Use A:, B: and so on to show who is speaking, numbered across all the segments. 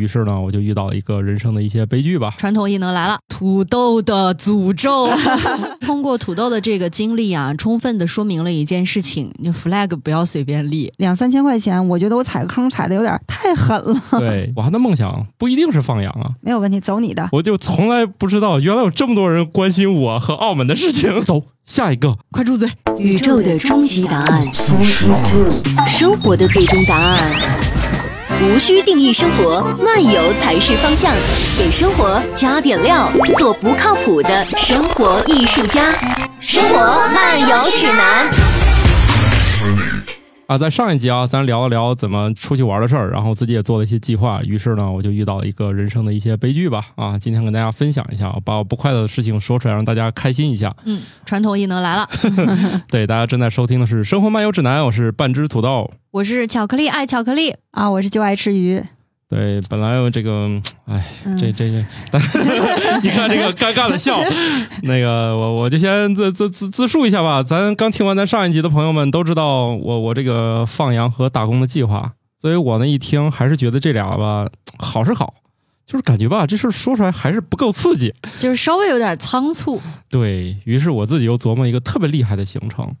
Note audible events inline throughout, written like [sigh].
A: 于是呢，我就遇到了一个人生的一些悲剧 [laughs] 吧。
B: 传统异能来了，土豆的诅咒。通过土豆的这个经历啊，充分的说明了一件事情：你 flag 不要随便立。
C: 两三千块钱，我觉得我踩坑踩的有点太狠了。
A: 对我还的梦想不一定是放羊啊，
C: 没有问题，走你的。
A: 我就从来不知道原来有这么多人关心我和澳门的事情。 [laughs] 走，下一个。
B: 快住嘴！
D: 宇宙的终极答案，生活的最终答案。无需定义生活，漫游才是方向。给生活加点料，做不靠谱的生活艺术家。生活漫游指南。
A: 啊，在上一集啊，咱聊了聊怎么出去玩的事儿，然后自己也做了一些计划。于是呢，我就遇到了一个人生的一些悲剧吧。啊，今天跟大家分享一下，把我不快乐的事情说出来，让大家开心一下。
B: 嗯，传统异能来了，
A: 对，大家正在收听的是《生活漫游指南》，我是半只土豆。
B: 我是巧克力爱巧克力。
C: 啊，我是就爱吃鱼，
A: 对，本来我这个，哎，
B: 嗯
A: 这这 [laughs] 这，一看这个尴尬的笑，那个我我就先自自自自述一下吧。咱刚听完咱上一集的朋友们都知道我我这个放羊和打工的计划，所以我呢一听还是觉得这俩吧好是好，就是感觉吧这事儿说出来还是不够刺激。
B: 就是稍微有点仓促，
A: 对于是我自己又琢磨一个特别厉害的行程，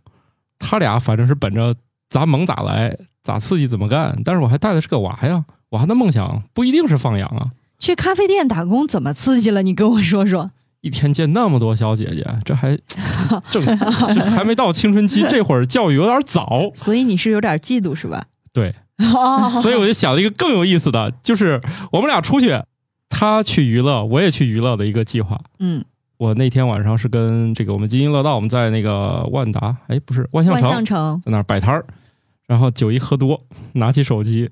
A: 他俩反正是本着咋猛咋来，咋刺激怎么干，但是我还带的是个娃呀，娃的梦想不一定是放羊啊。
B: 去咖啡店打工怎么刺激了？你跟我说说。
A: 一天见那么多小姐姐，这
B: [laughs]
A: 还正这还没到青春期，这会儿教育有点早，
B: 所以你是有点嫉妒是吧？
A: 对，
B: 哦，
A: 所以我就想了一个更有意思的，就是我们俩出去，他去娱乐，我也去娱乐的一个计划。
B: 嗯，
A: 我那天晚上是跟这个我们津津乐道，我们在那个万达，哎，不是万象
B: 万
A: 城
B: 象，城，
A: 在那儿摆摊儿，然后酒一喝多，拿起手机，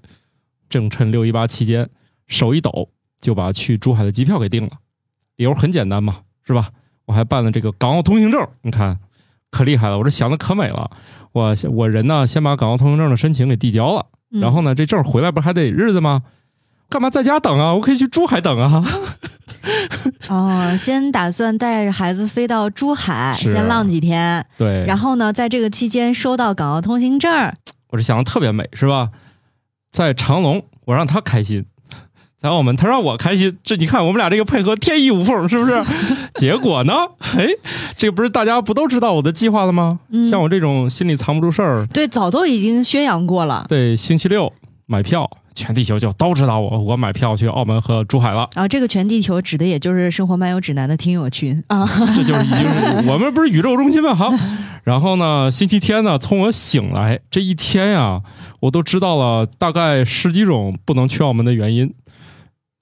A: 正趁六一八期间，手一抖就把去珠海的机票给定了。理由很简单嘛，是吧？我还办了这个港澳通行证，你看可厉害了，我这想的可美了。我我人呢，先把港澳通行证的申请给递交了，
B: 嗯
A: 然后呢，这证儿回来不是还得日子吗？干嘛在家等啊？我可以去珠海等啊！
B: [laughs] 哦，先打算带着孩子飞到珠海，
A: 是啊
B: 先浪几天，
A: 对，
B: 然后呢，在这个期间收到港澳通行证儿，
A: 我这想的特别美，是吧？在长隆，我让他开心；在澳门，他让我开心。这你看，我们俩这个配合天衣无缝，是不 [laughs] 是？结果呢？哎，这不是大家不都知道我的计划了吗？
B: 嗯
A: 像我这种心里藏不住事儿，
B: 对，早都已经宣扬过了。
A: 对，星期六买票，全地球就都知道我我买票去澳门和珠海了。
B: 然后这个全地球指的也就是《生活漫游指南》的听友群啊，
A: 这就是已经是我们不是宇宙中心吗？好，然后呢，星期天呢，从我醒来这一天呀、我都知道了大概十几种不能去澳门的原因。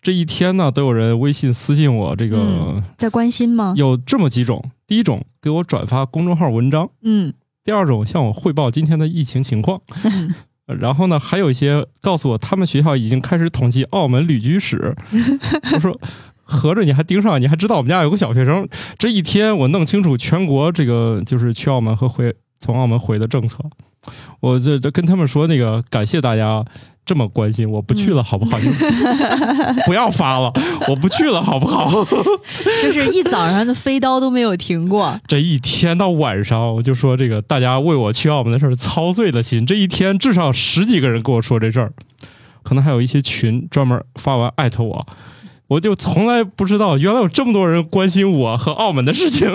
A: 这一天呢，都有人微信私信我，这个
B: 嗯在关心吗？
A: 有这么几种：第一种，给我转发公众号文章；
B: 嗯，
A: 第二种，向我汇报今天的疫情情况；然后呢，还有一些告诉我他们学校已经开始统计澳门旅居史。我说，合着你还盯上，你还知道我们家有个小学生。这一天我弄清楚全国这个就是去澳门和回从澳门回的政策。我这这跟他们说那个感谢大家这么关心，我不去了好不好？你们不要发了，我不去了好不好？
B: 就是一早上的飞刀都没有
A: [laughs]
B: 停过。
A: 这一天到晚上，我就说这个大家为我去澳门的事儿操碎了心。这一天至少十几个人跟我说这事儿，可能还有一些群专门发完艾特我。我就从来不知道，原来有这么多人关心我和澳门的事情。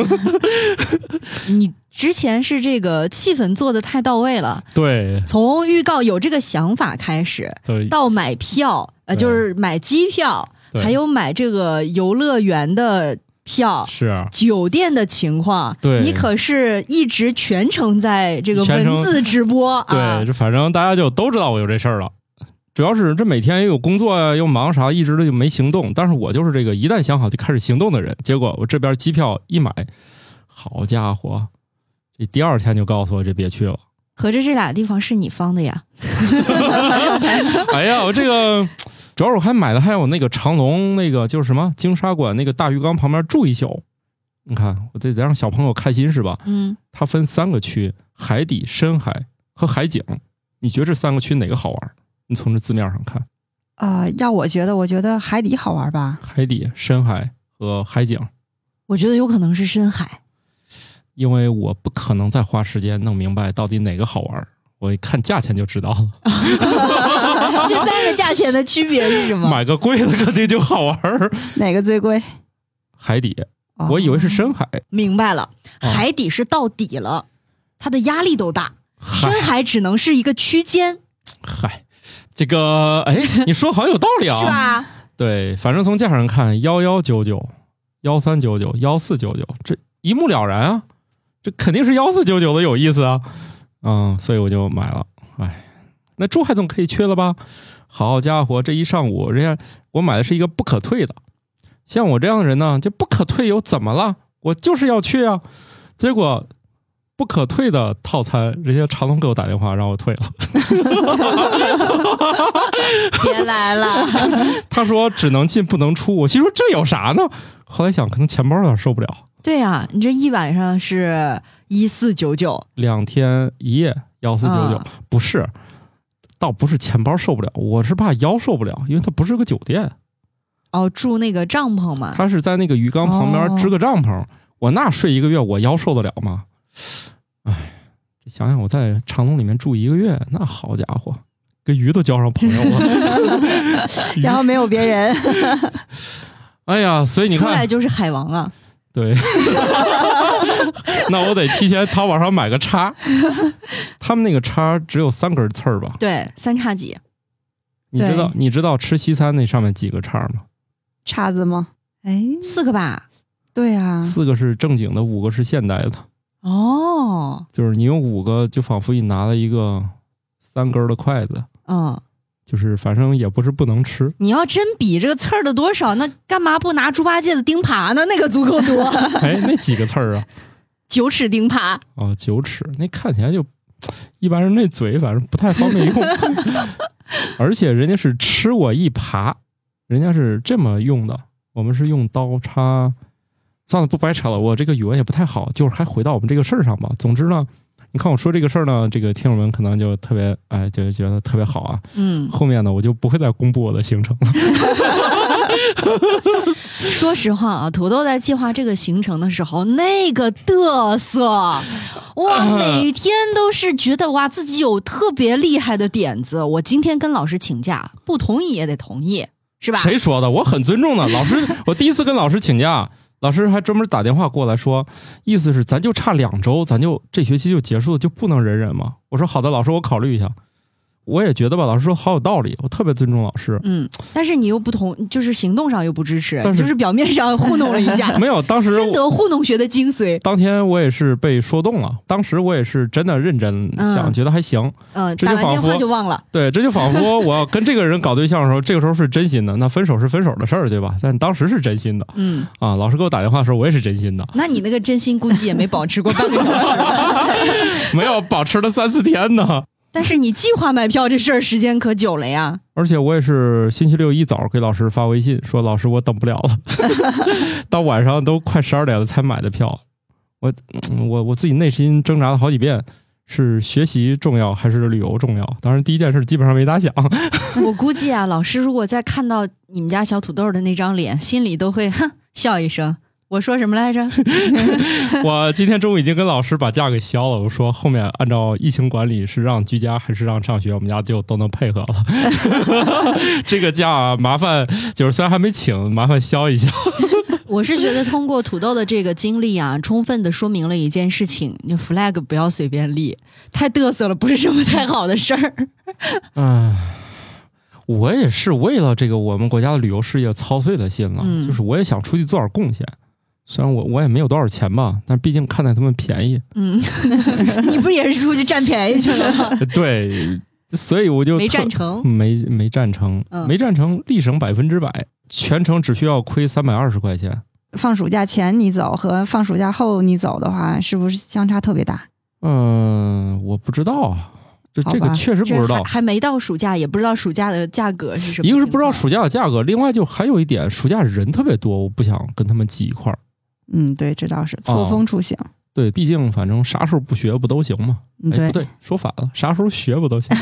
B: 你之前是这个气氛做的太到位了，
A: 对，
B: 从预告有这个想法开始，
A: 对，
B: 到买票，呃，
A: 对
B: 就是买机票，
A: 对
B: 还有买这个游乐园的票。
A: 是啊，
B: 酒店的情况，
A: 对
B: 你可是一直全程在这个
A: 全程
B: 文字直播啊
A: 对，，这反正大家就都知道我有这事儿了。主要是这每天又有工作啊呀，又忙啥，一直就没行动。但是我就是这个一旦想好就开始行动的人。结果我这边机票一买，好家伙，这第二天就告诉我这别去了。 [laughs]
B: 合着这俩地方是你放的呀？
A: 哎呀，我这个主要是我还买了，还有那个长隆那个就是什么金沙馆那个大鱼缸旁边住一宿。你看，我得得让小朋友开心是吧？
B: 嗯，
A: 它分三个区：海底、深海和海景。你觉得这三个区哪个好玩？你从这字面上看，
C: 啊、要我觉得，我觉得海底好玩吧。
A: 海底、深海和海景，
B: 我觉得有可能 [laughs] 是深海。
A: 因为我不可能再花时间弄明白到底哪个好玩。我一看价钱就知道了，
B: 嗯这三个价钱的区别是什么？
A: 买个贵的肯定就好玩儿。 [laughs]
C: 哪个最贵？
A: 海底，
C: 哦
A: 我以为是深海，
B: 明白了，
A: 啊
B: 海底是到底了，它的压力都大，深
A: 海，
B: 海只能是一个区间，
A: 海，这个，哎，你说好像有道理啊，
B: 是吧？
A: 对，反正从价上看，幺幺九九、幺三九九、幺四九九，这一目了然啊，这肯定是幺四九九的有意思啊，嗯，所以我就买了。哎，那珠海总可以去了吧？好家伙，这一上午，人家我买的是一个不可退的，像我这样的人呢，这不可退又怎么了？我就是要去啊，结果。不可退的套餐，人家长隆给我打电话让我退了。
B: 别来了，
A: 他说只能进不能出，我心说这有啥呢？后来想，可能钱包有点受不了。
B: [laughs] 对啊，你这一晚上是一四九九，
A: 两天一夜幺四九九
B: 啊，
A: 不是，倒不是钱包受不了，我是怕腰受不了，因为它不是个酒店，
B: 哦，住那个帐篷嘛，
A: 它是在那个鱼缸旁边
C: 哦
A: 支个帐篷，我那睡一个月，我腰受得了吗？哎，这想想我在长隆里面住一个月，那好家伙，跟鱼都交上朋友了。鱼
C: 然后没有别人， [laughs]
A: 哎呀，所以你
B: 出来
A: 看，
B: 就是海王啊，
A: 对， [laughs] 那我得提前淘宝上买个叉，他们那个叉只有三根刺儿吧？
B: 对，三叉戟，
A: 你知道
C: 对
A: 你知道吃西餐那上面几个叉吗？
C: 叉子吗？哎，
B: 四个吧？
C: 对啊，
A: 四个是正经的，五个是现代的。
B: 哦，
A: 就是你用五个，就仿佛你拿了一个三根儿的筷子，
B: 嗯，
A: 就是反正也不是不能吃。
B: 你要真比这个刺儿的多少，那干嘛不拿猪八戒的钉耙呢？那个足够多， [laughs]
A: 哎，那几个刺儿啊？
B: 九齿钉耙。
A: 哦，九齿，那看起来就一般人那嘴反正不太方便用， [laughs] 而且人家是吃我一耙，人家是这么用的，我们是用刀叉。算了，不白扯了，我这个语文也不太好，就是还回到我们这个事儿上吧。总之呢，你看我说这个事儿呢，这个听友们可能就特别哎，就觉得特别好啊。
B: 嗯，
A: 后面呢，我就不会再公布我的行程了。
B: 说实话啊，土豆在计划这个行程的时候，那个嘚瑟，哇， [laughs] 每天都是觉得哇自己有特别厉害的点子。我今天跟老师请假，不同意也得同意，是吧？
A: 谁说的？我很尊重的
B: [laughs]
A: 老师，我第一次跟老师请假，老师还专门打电话过来说，意思是咱就差两周，咱就这学期就结束了，就不能忍忍吗？我说好的，老师，我考虑一下。我也觉得吧，老师说好有道理，我特别尊重老师。
B: 嗯，但是你又不同，就是行动上又不支持，
A: 但是。
B: 就是表面上糊弄了一下
A: 没有，当时
B: 深得糊弄学的精髓，
A: 当天我也是被说动了，当时我也是真的认真想，
B: 嗯
A: 觉得还行。
B: 嗯、
A: 这
B: 打
A: 就
B: 完
A: 仿
B: 电
A: 佛
B: 话就忘了，
A: 对，这就仿佛我要跟这个人搞对象的时候，这个时候是真心的，那分手是分手的事儿，对吧？但当时是真心的
B: 嗯。
A: 啊。老师给我打电话的时候，我也是真心的。
B: 那你那个真心估计也没保持过半个小 [laughs] 时，
A: 没有保持了三四天呢。
B: 但是你计划买票这事儿时间可久了呀。
A: 而且我也是星期六一早给老师发微信说，老师我等不了了，到晚上都快十二点了才买的票。我嗯我我自己内心挣扎了好几遍，是学习重要还是旅游重要？当然第一件事基本上没打响。
B: 我估计啊，老师如果再看到你们家小土豆的那张脸，心里都会哼笑一声。我说什么 [laughs] 来着？
A: 我今天中午已经跟老师把假给消了，我说后面按照疫情管理是让居家还是让上学，我们家就都能配合了。 [laughs] 这个假麻烦就是虽然还没请，麻烦消一下。
B: 我是觉得通过土豆的这个经历啊，充分的说明了一件事情：就 flag 不要随便立，太嘚瑟了，不是什么太好的事儿。
A: 唉，我也是为了这个我们国家的旅游事业操碎了心了，
B: 嗯
A: 就是我也想出去做点贡献。虽然我我也没有多少钱吧，但毕竟看在他们便
B: [laughs]
A: 宜，
B: 嗯，你不也是出去占便宜去了吗？
A: 对，所以 [laughs] 我就
B: 没
A: 特
B: 占成。
A: 没没占成，
B: 嗯
A: 没占成，立省百分之百，全程只需要亏三百二十块钱。
C: 放暑假前你走和放暑假后你走的话，是不是相差特别大？
A: 嗯、我不知道啊，这
C: 好
A: 这个
C: 吧
A: 确实不
B: 这
A: 知道
B: 还。还没到暑假，也不知道暑假的价格是什么情况。
A: 一个是不知道暑假的价格，另外就还有一点，暑假人特别多，我不想跟他们挤一块儿。
C: 嗯，对，这倒是
A: 哦
C: 错峰出行。
A: 对，毕竟反正啥时候不学不都行嘛。
C: 嗯，
A: 哎，
C: 对
A: 不，对，说反了，啥时候学不都
B: [laughs]
A: 行？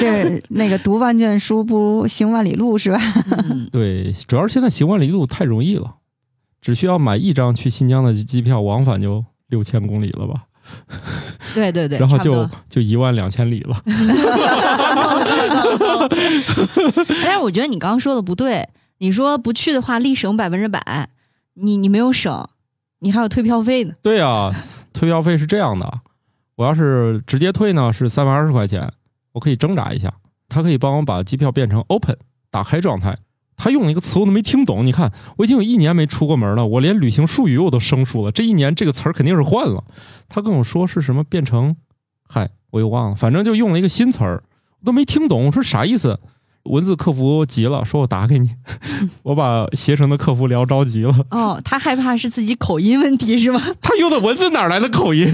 C: 这
A: [laughs]
C: 那个读万卷书不如行万里路是吧？
A: [laughs]
B: 嗯
A: 对，主要是现在行万里路太容易了，只需要买一张去新疆的机票，往返就六千公里了吧？
B: [laughs] 对对对，
A: 然后
B: 差不
A: 就
B: 多
A: 就一万两千里了。
B: 但是我觉得你刚刚说的不对，你说不去的话立省百分之百，你你没有省，你还有退票费呢。
A: 对呀、啊退票费是这样的，我要是直接退呢是三百二十块钱，我可以挣扎一下，他可以帮我把机票变成 open 打开状态。他用了一个词我都没听懂，你看我已经有一年没出过门了，我连旅行术语我都生疏了，这一年这个词儿肯定是换了。他跟我说是什么变成，嗨，我又忘了，反正就用了一个新词儿，我都没听懂，我说啥意思？文字客服急了，说我打给你， [laughs] 我把携程的客服聊着急了。
B: 哦，他害怕是自己口音问题是吗？
A: 他用的文字哪来的口音？ [laughs]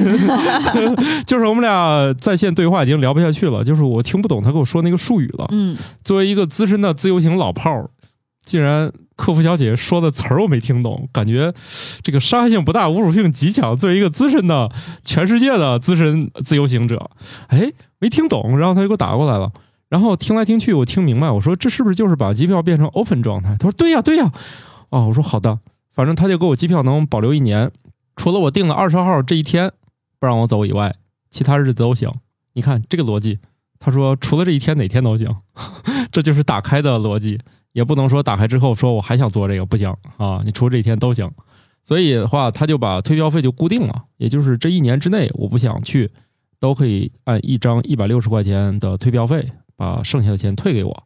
A: 就是我们俩在线对话已经聊不下去了，就是我听不懂他跟我说那个术语了。
B: [laughs] 嗯，
A: 作为一个资深的自由行老炮儿，竟然客服小姐说的词儿我没听懂，感觉这个伤害性不大，侮辱性极强。作为一个资深的全世界的资深自由行者，哎，没听懂，然后他就给我打过来了。然后听来听去，我听明白，我说这是不是就是把机票变成 open 状态？他说对呀、对呀、哦，我说好的，反正他就给我机票能保留一年，除了我定了二十号这一天不让我走以外，其他日子都行。你看这个逻辑，他说除了这一天哪天都行，这就是打开的逻辑，也不能说打开之后说我还想做这个不行啊，你除了这一天都行。所以的话，他就把退票费就固定了，也就是这一年之内我不想去，都可以按一张一百六十块钱的退票费把剩下的钱退给我。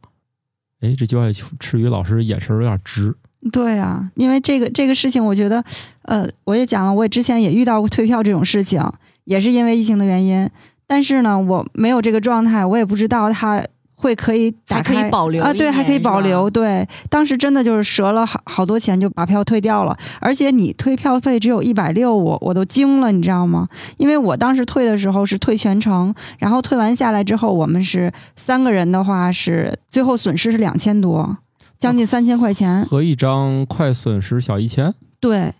A: 哎，这句话赤羽老师眼神有点直，
C: 对啊，因为这个这个事情，我觉得，呃，我也讲了，我也之前也遇到过退票这种事情，也是因为疫情的原因。但是呢，我没有这个状态，我也不知道它会可以打
B: 还可以
C: 开
B: 保留
C: 啊，
B: 一
C: 对，还可以
B: 年是
C: 保
B: 吧
C: 留。对，当时真的就是折了好好多钱，就把票退掉了。而且你退票费只有一百六，我我都惊了，你知道吗？因为我当时退的时候是退全程，然后退完下来之后，我们是三个人的话是最后损失是两千多，将近三千块钱。
A: 和一张快损失小一千。
C: 对，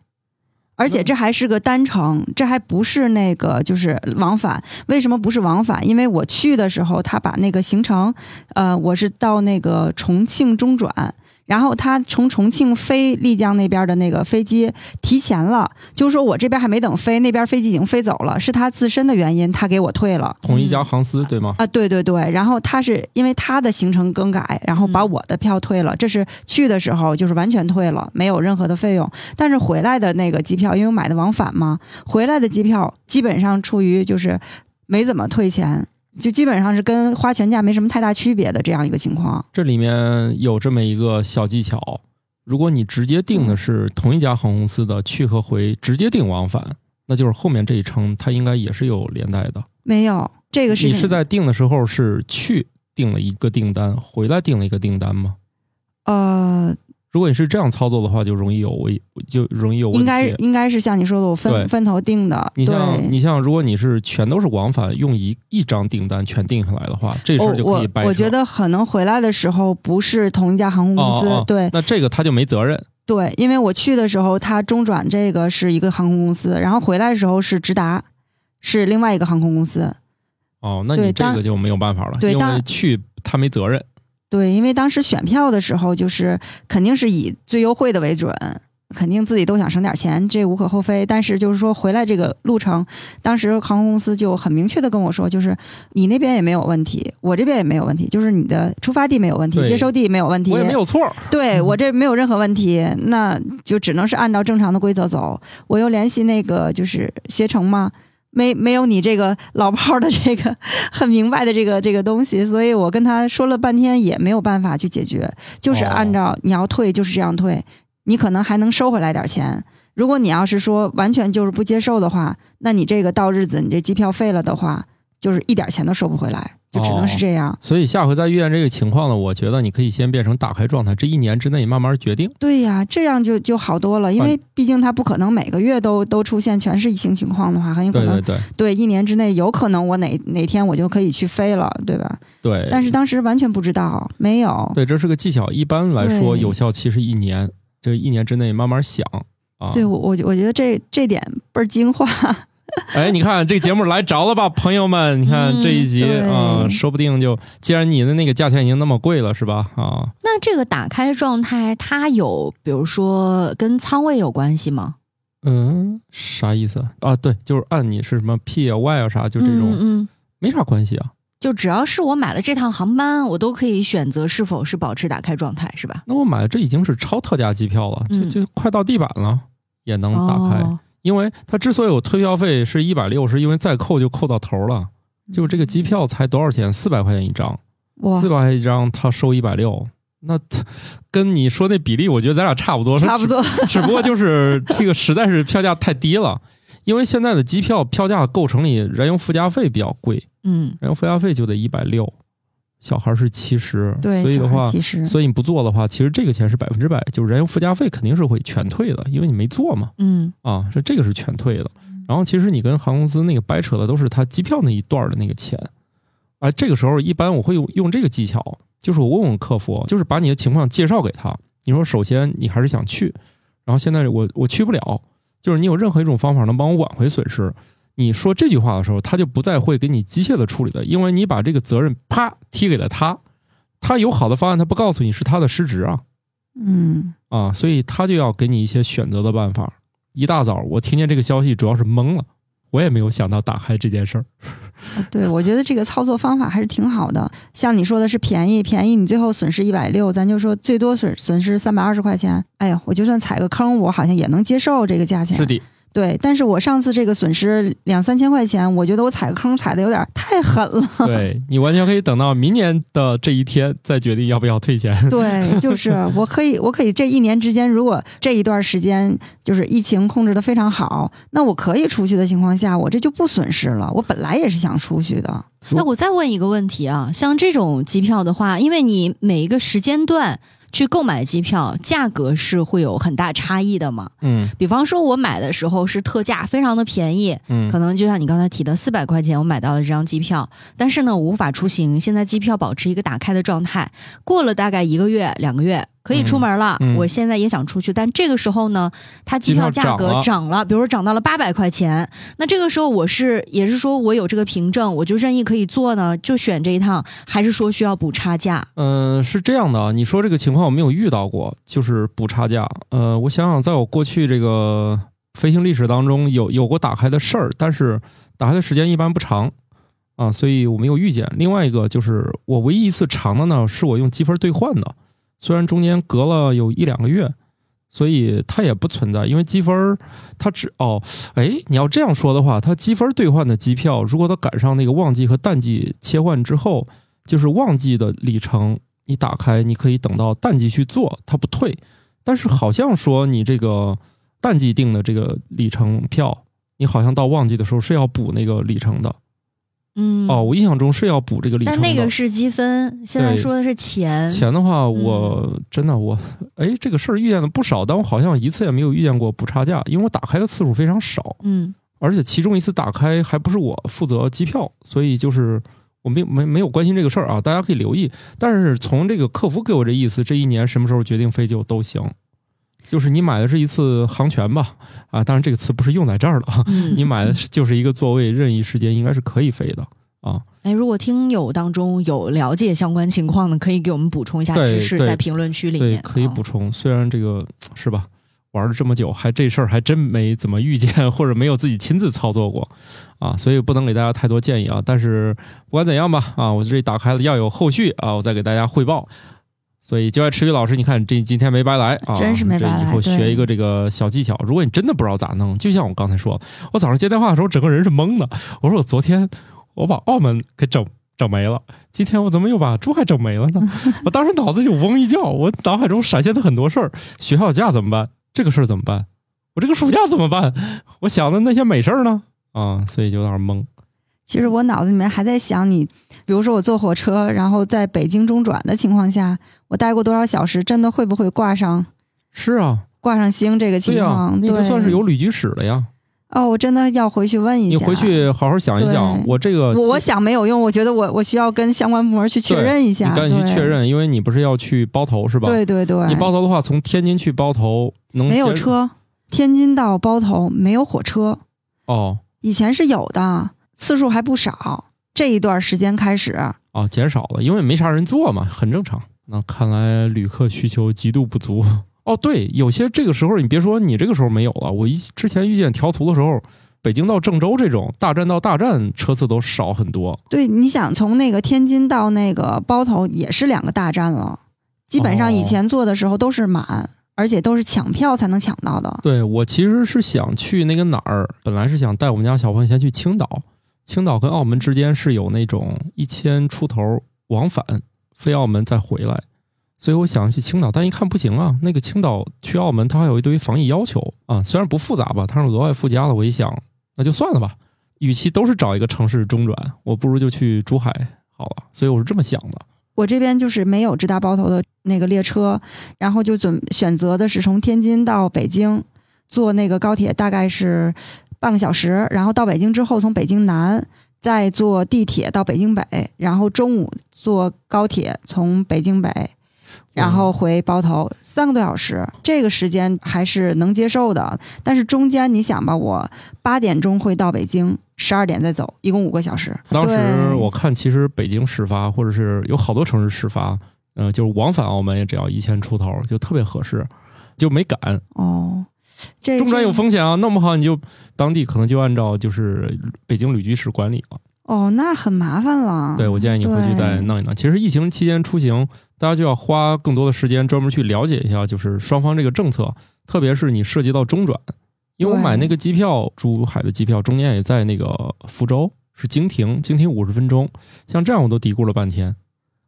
C: 而且这还是个单程，这还不是那个就是往返。为什么不是往返？因为我去的时候，他把那个行程，呃，我是到那个重庆中转。然后他从重庆飞丽江那边的那个飞机提前了，就是说我这边还没等飞，那边飞机已经飞走了，是他自身的原因，他给我退了。
A: 同一家航司、对吗？
C: 啊，对对对，然后他是因为他的行程更改，然后把
B: 嗯
C: 我的票退了，这是去的时候就是完全退了，没有任何的费用。但是回来的那个机票，因为我买的往返嘛，回来的机票基本上处于就是没怎么退钱，就基本上是跟花全价没什么太大区别的这样一个情况。
A: 这里面有这么一个小技巧：如果你直接订的是同一家航空公司的去和回，直接订往返，那就是后面这一程它应该也是有连带的。
C: 没有这个事
A: 你
C: 情
A: 是在订的时候是去订了一个订单，回来订了一个订单吗？
C: 呃，
A: 如果你是这样操作的话，就容易有问，就容易有问题。
C: 应该应该是像你说的，我
A: 对
C: 分分头定的，
A: 你
C: 对。
A: 像你像，如果你是全都是往返，用一一张订单全定下来的话，这事
C: 哦我
A: 儿就可
C: 我
A: 以掰扯。
C: 我觉得可能回来的时候不是同一家航空公司，
A: 哦哦哦
C: 对，
A: 那这个他就没责任。
C: 对，因为我去的时候，它中转这个是一个航空公司，然后回来的时候是直达，是另外一个航空公司。
A: 哦，那
C: 对
A: 你这
C: 当
A: 个就没有办法了，
C: 对
A: 因
C: 当
A: 为去他没责任。
C: 对，因为当时选票的时候，就是肯定是以最优惠的为准，肯定自己都想省点钱，这无可厚非。但是就是说回来这个路程，当时航空公司就很明确的跟我说，就是你那边也没有问题，我这边也没有问题，就是你的出发地没有问题，
A: 对
C: 接收地没有问题，
A: 我也没有错儿。
C: 对
A: 嗯
C: 我这没有任何问题，那就只能是按照正常的规则走。我又联系那个就是携程嘛，没没有你这个老炮儿的这个很明白的这个这个东西，所以我跟他说了半天也没有办法去解决，就是
A: 哦
C: 按照你要退就是这样退，你可能还能收回来点儿钱。如果你要是说完全就是不接受的话，那你这个到日子你这机票废了的话，就是一点儿钱都收不回来，就只能是
A: 哦
C: 这样。
A: 所以下回再遇见这个情况呢，我觉得你可以先变成打开状态，这一年之内慢慢决定。
C: 对呀，这样就就好多了，因为毕竟它不可能每个月都都出现全是疫情情况的话，很有可
A: 对
C: 能
A: 对对
C: 对一年之内有可能我哪哪天我就可以去飞了，对吧？
A: 对。
C: 但是当时完全不知道，没有。
A: 对，这是个技巧。一般来说，
C: 对
A: 有效期是一年，这一年之内慢慢想啊。
C: 对我我我觉得这这点倍儿精化，
A: 哎，你看这节目来着了吧，朋友们？你看
B: 嗯
A: 这一集
C: 对
A: 啊、说不定就既然你的那个价钱已经那么贵了，是吧？啊，
B: 那这个打开状态，它有比如说跟仓位有关系吗？
A: 嗯，啥意思啊？啊，对，就是按你是什么 P 啊、Y 啊啥，就这种、
B: 嗯嗯，
A: 没啥关系啊。
B: 就只要是我买了这趟航班，我都可以选择是否是保持打开状态，是吧？
A: 那我买的这已经是超特价机票了，
B: 嗯
A: 就就快到地板了，也能打开。
B: 哦，
A: 因为它之所以有退票费是一百六，是因为再扣就扣到头了。就这个机票才多少钱？四百块钱一张，
C: [laughs] 嗯哇
A: 四，百块钱一张，他收一百六，那它跟你说那比例，我觉得咱俩差不多，
C: 差不多，
A: 只不过就是这个实在是票价太低了，因为现在的机票票价构成里燃油附加费比较贵，
B: 嗯，
A: 燃油附加费就得一百六，小孩是七十，
C: [laughs] 对，
A: 所以的话，
C: 其实
A: 所以你不做的话，其实这个钱是百分之百，就是燃油附加费肯定是会全退的，因为你没做嘛，
B: 嗯，
A: 啊，是这个是全退的。然后其实你跟航空公司那个掰扯的都是他机票那一段儿的那个钱，啊，这个时候一般我会用用这个技巧，就是我问问客服，就是把你的情况介绍给他。你说首先你还是想去，然后现在我我去不了，就是你有任何一种方法能帮我挽回损失。你说这句话的时候，他就不再会给你机械的处理了，因为你把这个责任啪踢给了他，他有好的方案，他不告诉你是他的失职啊，
C: 嗯，
A: 啊，所以他就要给你一些选择的办法。一大早我听见这个消息，主要是懵了，我也没有想到打开这件事儿。
C: 对，我觉得这个操作方法还是挺好的。像你说的是便宜，便宜你最后损失一百六，咱就说最多损损失三百二十块钱。哎呀，我就算踩个坑，我好像也能接受这个价钱。
A: 的，
C: 对，但是我上次这个损失两三千块钱，我觉得我踩个坑踩的有点太狠了。
A: 对你完全可以等到明年的这一天再决定要不要退钱。
C: [laughs]
A: [laughs]
C: 对，就是我可以，我可以这一年之间，如果这一段时间就是疫情控制的非常好，那我可以出去的情况下，我这就不损失了。我本来也是想出去的，
A: 如
B: 那我再问一个问题啊，像这种机票的话，因为你每一个时间段去购买机票，价格是会有很大差异的嘛？
A: 嗯
B: 比方说，我买的时候是特价，非常的便宜，
A: 嗯
B: 可能就像你刚才提的，四百块钱我买到了这张机票，但是呢，我无法出行。现在机票保持一个打开的状态，过了大概一个月、两个月，可以出门了。
A: 嗯嗯
B: 我现在也想出去，但这个时候呢，它机票
A: 机票涨
B: 价格
A: 了
B: 涨了，比如说涨到了八百块钱，那这个时候我是也是说我有这个凭证，我就任意可以坐呢，就选这一趟，还是说需要补差价？
A: 嗯、呃是这样的啊。你说这个情况我没有遇到过，就是补差价。呃，我想想，在我过去这个飞行历史当中有有过打开的事儿，但是打开的时间一般不长啊，所以我没有遇见。另外一个就是我唯一一次长的呢，是我用积分兑换的，虽然中间隔了有一两个月，所以它也不存在，因为积分儿它只哦，哎，你要这样说的话，它积分兑换的机票，如果它赶上那个旺季和淡季切换之后，就是旺季的里程，你打开你可以等到淡季去做，它不退。但是好像说你这个淡季定的这个里程票，你好像到旺季的时候是要补那个里程的。
B: 嗯，
A: 哦，，我印象中是要补这个里程
B: 但
A: 的。
B: 那个是积分，现在
A: 对
B: 说的是钱。
A: 钱的话，我真的我，哎，这个事儿遇见了不少，但我好像一次也没有遇见过补差价，因为我打开的次数非常少，
B: 嗯，
A: 而且其中一次打开还不是我负责机票，所以就是我没没没有关心这个事儿啊，大家可以留意。但是从这个客服给我这意思，这一年什么时候决定飞就都行，就是你买的是一次航权吧，啊，当然这个词不是用在这儿了
B: [laughs]
A: 啊，
B: 嗯
A: 你买的是就是一个座位，任意时间应该是可以飞的啊。
B: 哎，如果听友当中有了解相关情况的，可以给我们补充一下知
A: 对
B: 识，
A: 对
B: 在评论区里
A: 对
B: 面，
A: 可以补
B: 啊。
A: 充。虽然这个是吧，玩了这么久，还这事儿还真没怎么遇见，或者没有自己亲自操作过啊，所以不能给大家太多建议啊。但是不管怎样吧，啊，我这里打开了，要有后续啊，我再给大家汇报。所以就爱吃鱼老师，你看这今天没白来啊，
C: 真是没白来
A: 这以后
C: 对
A: 学一个这个小技巧，如果你真的不知道咋弄，就像我刚才说，我早上接电话的时候，整个人是懵的。我说我昨天我把澳门给整整没了，今天我怎么又把珠海整没了呢？ [laughs] 我当时脑子就嗡一觉，我脑海中闪现的很多事儿，学校假怎么办？这个事儿怎么办？我这个暑假怎么办？我想的那些美事儿呢？啊，所以就有点懵。
C: 其实我脑子里面还在想你，比如说我坐火车，然后在北京中转的情况下，我待过多少小时，真的会不会挂上
A: 是啊，
C: 挂上星这个
A: 对
C: 情
A: 呀、
C: 况？
A: 那
C: 对
A: 就算是有旅居史了呀。
C: 哦，我真的要回去问一
A: 你
C: 下。
A: 回，去好好想一想，
C: 对
A: 我这个
C: 我我想没有用，我觉得我我需要跟相关部门去确认一
A: 你
C: 下，
A: 赶紧去
C: 对
A: 确。认，因为你不是要去包头是吧？
C: 对对对，
A: 你包头的话，从天津去包头能
C: 没有
A: 先
C: 车，天津到包头没有火车，
A: 哦
C: 以前是有的，次数还不少。这一段时间开始，
A: 哦减少了，因为没啥人坐嘛，很正常。那看来旅客需求极度不足，哦，对，有些这个时候你别说你这个时候没有了，我一之前遇见调图的时候，北京到郑州这种大站到大站车次都少很多。
C: 对，你想从那个天津到那个包头也是两个大站了，基本
A: 哦
C: 上以前做的时候都是满，而且都是抢票才能抢到的。
A: 对我其实是想去那个哪儿，本来是想带我们家小朋友先去青岛，青岛跟澳门之间是有那种一千出头往返飞澳门再回来，所以我想去青岛，但一看不行啊，那个青岛去澳门它还有一堆防疫要求啊，虽然不复杂吧，它是额外附加的，我一想那就算了吧，与其都是找一个城市中转，我不如就去珠海好了，所以我是这么想的。
C: 我这边就是没有直达包头的那个列车，然后就准选择的是从天津到北京，坐那个高铁大概是半个小时，然后到北京之后从北京南再坐地铁到北京北，然后中午坐高铁从北京北，然后回包头三个多小时，这个时间还是能接受的。但是中间你想吧，我八点钟会到北京，十二点再走，一共五个小时。
A: 当时
C: 对
A: 我看，其实北京始发，或者是有好多城市始发，嗯、就是往返澳门也只要一千出头，就特别合适，就没赶。
C: 哦，这
A: 中转有
C: 这
A: 风险啊，弄不好你就当地可能就按照就是北京旅居史管理了。
C: 哦，那很麻烦了。
A: 对，我建议你回去再
C: 啊对
A: 弄一弄。其实疫情期间出行，大家就要花更多的时间专门去了解一下，就是双方这个政策，特别是你涉及到中转，因为我
C: 对
A: 买那个机票，珠海的机票中间也在那个福州，是经停，经停五十分钟，像这样我都嘀咕了半天。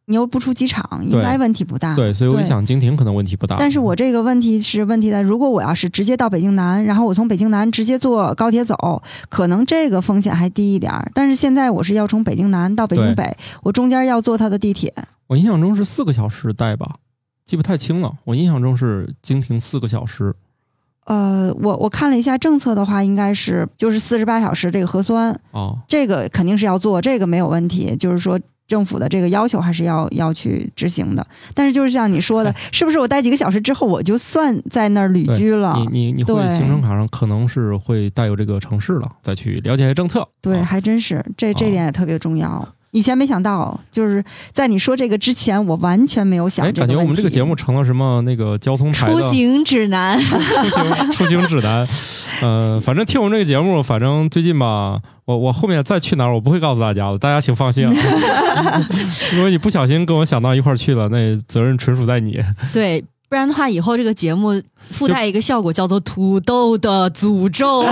C: 你又不出机场，应
A: 对
C: 该问题不大。
A: 对，所以我就
C: 啊对
A: 想经停可能问题不大。
C: 但是我这个问题是问题在，如果我要是直接到北京南，然后我从北京南直接坐高铁走，可能这个风险还低一点儿。但是现在我是要从北京南到北京
A: 对
C: 北，我中间要坐它的地铁。
A: 我印象中是四个小时待吧，记不太清了。我印象中是经停四个小时。
C: 呃，我我看了一下政策的话，应该是就是四十八小时这个核酸，
A: 哦，
C: 这个肯定是要做，这个没有问题。就是说政府的这个要求还是要要去执行的。但是就是像你说的，是不是我待几个小时之后我就算在那儿旅居了？
A: 你你你会
C: 啊对
A: 行程卡上可能是会带有这个城市了，再去了解一下政策。
C: 对，
A: 啊
C: 还真是这这
A: 啊
C: 点也特别重要。以前没想到，就是在你说这个之前，我完全没有想
A: 哎，
C: 这个
A: 感觉我们这个
C: 问题
A: 节目成了什么那个交通牌
B: 出
A: 的
B: 行指
A: [laughs]
B: 南，[laughs]
A: 出行出行指
C: [laughs]
A: 南。呃，反正听我们这个节目，反正最近吧，我我后面再去哪儿我不会告诉大家的，大家请放心啊。
C: [laughs]
A: [laughs] 如果你不小心跟我想到一块儿去了，那责任纯属在你。
B: 对。不然的话，以后这个节目附带一个效果，叫做“土豆的诅
A: [laughs]
B: 咒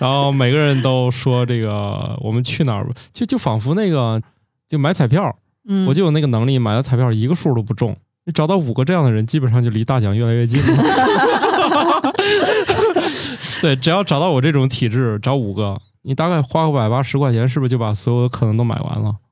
A: 然后每个人都说这个我们去哪儿，就就仿佛那个就买彩票，”。
B: 嗯，
A: 我就有那个能力买的彩票一个数都不中。你找到五个这样的人，基本上就离大奖越来越近了。 [laughs] 对，只要找到我这种体质，找五个，你大概花个百八十块钱，是不是就把所有的可能都买完了？
C: [laughs]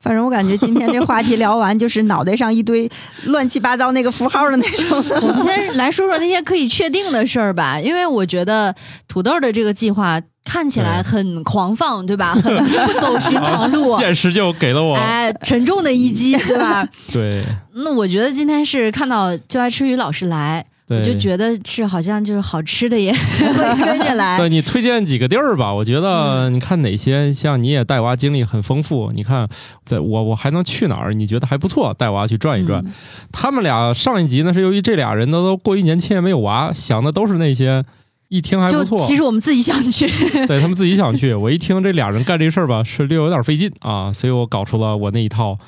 C: 反正我感觉今天这话题聊完，就是脑袋上一堆乱七八糟那个符号的那种。
B: 我们先来说说那些可以确定的事儿吧，因为我觉得土豆的这个计划看起来很狂放，
A: [laughs]
B: 对吧？很不走寻常路，
A: 现实就给了我。
B: 哎，沉重的一
C: [laughs]
B: 击，对吧？
A: 对
B: 那我觉得今天是看到就爱吃鱼老师来，我
A: 对，
B: 就觉得是好像就是好吃的也 [laughs] 会跟着来。
A: 对你推荐几个地儿吧，我觉
B: 嗯
A: 得你看哪些，像你也带娃经历很丰富，你看在我我还能去哪儿？你觉得还不错，带娃去转一转。
B: 嗯
A: 他们俩上一集呢是由于这俩人呢都过于年轻也没有娃，想的都是那些一听还不
B: 就
A: 错，
B: 其实我们自己想去，
A: 对他们自己想去。 [laughs] 我一听这俩人干这事儿吧，是略有点费劲啊，所以我搞出了我那一套，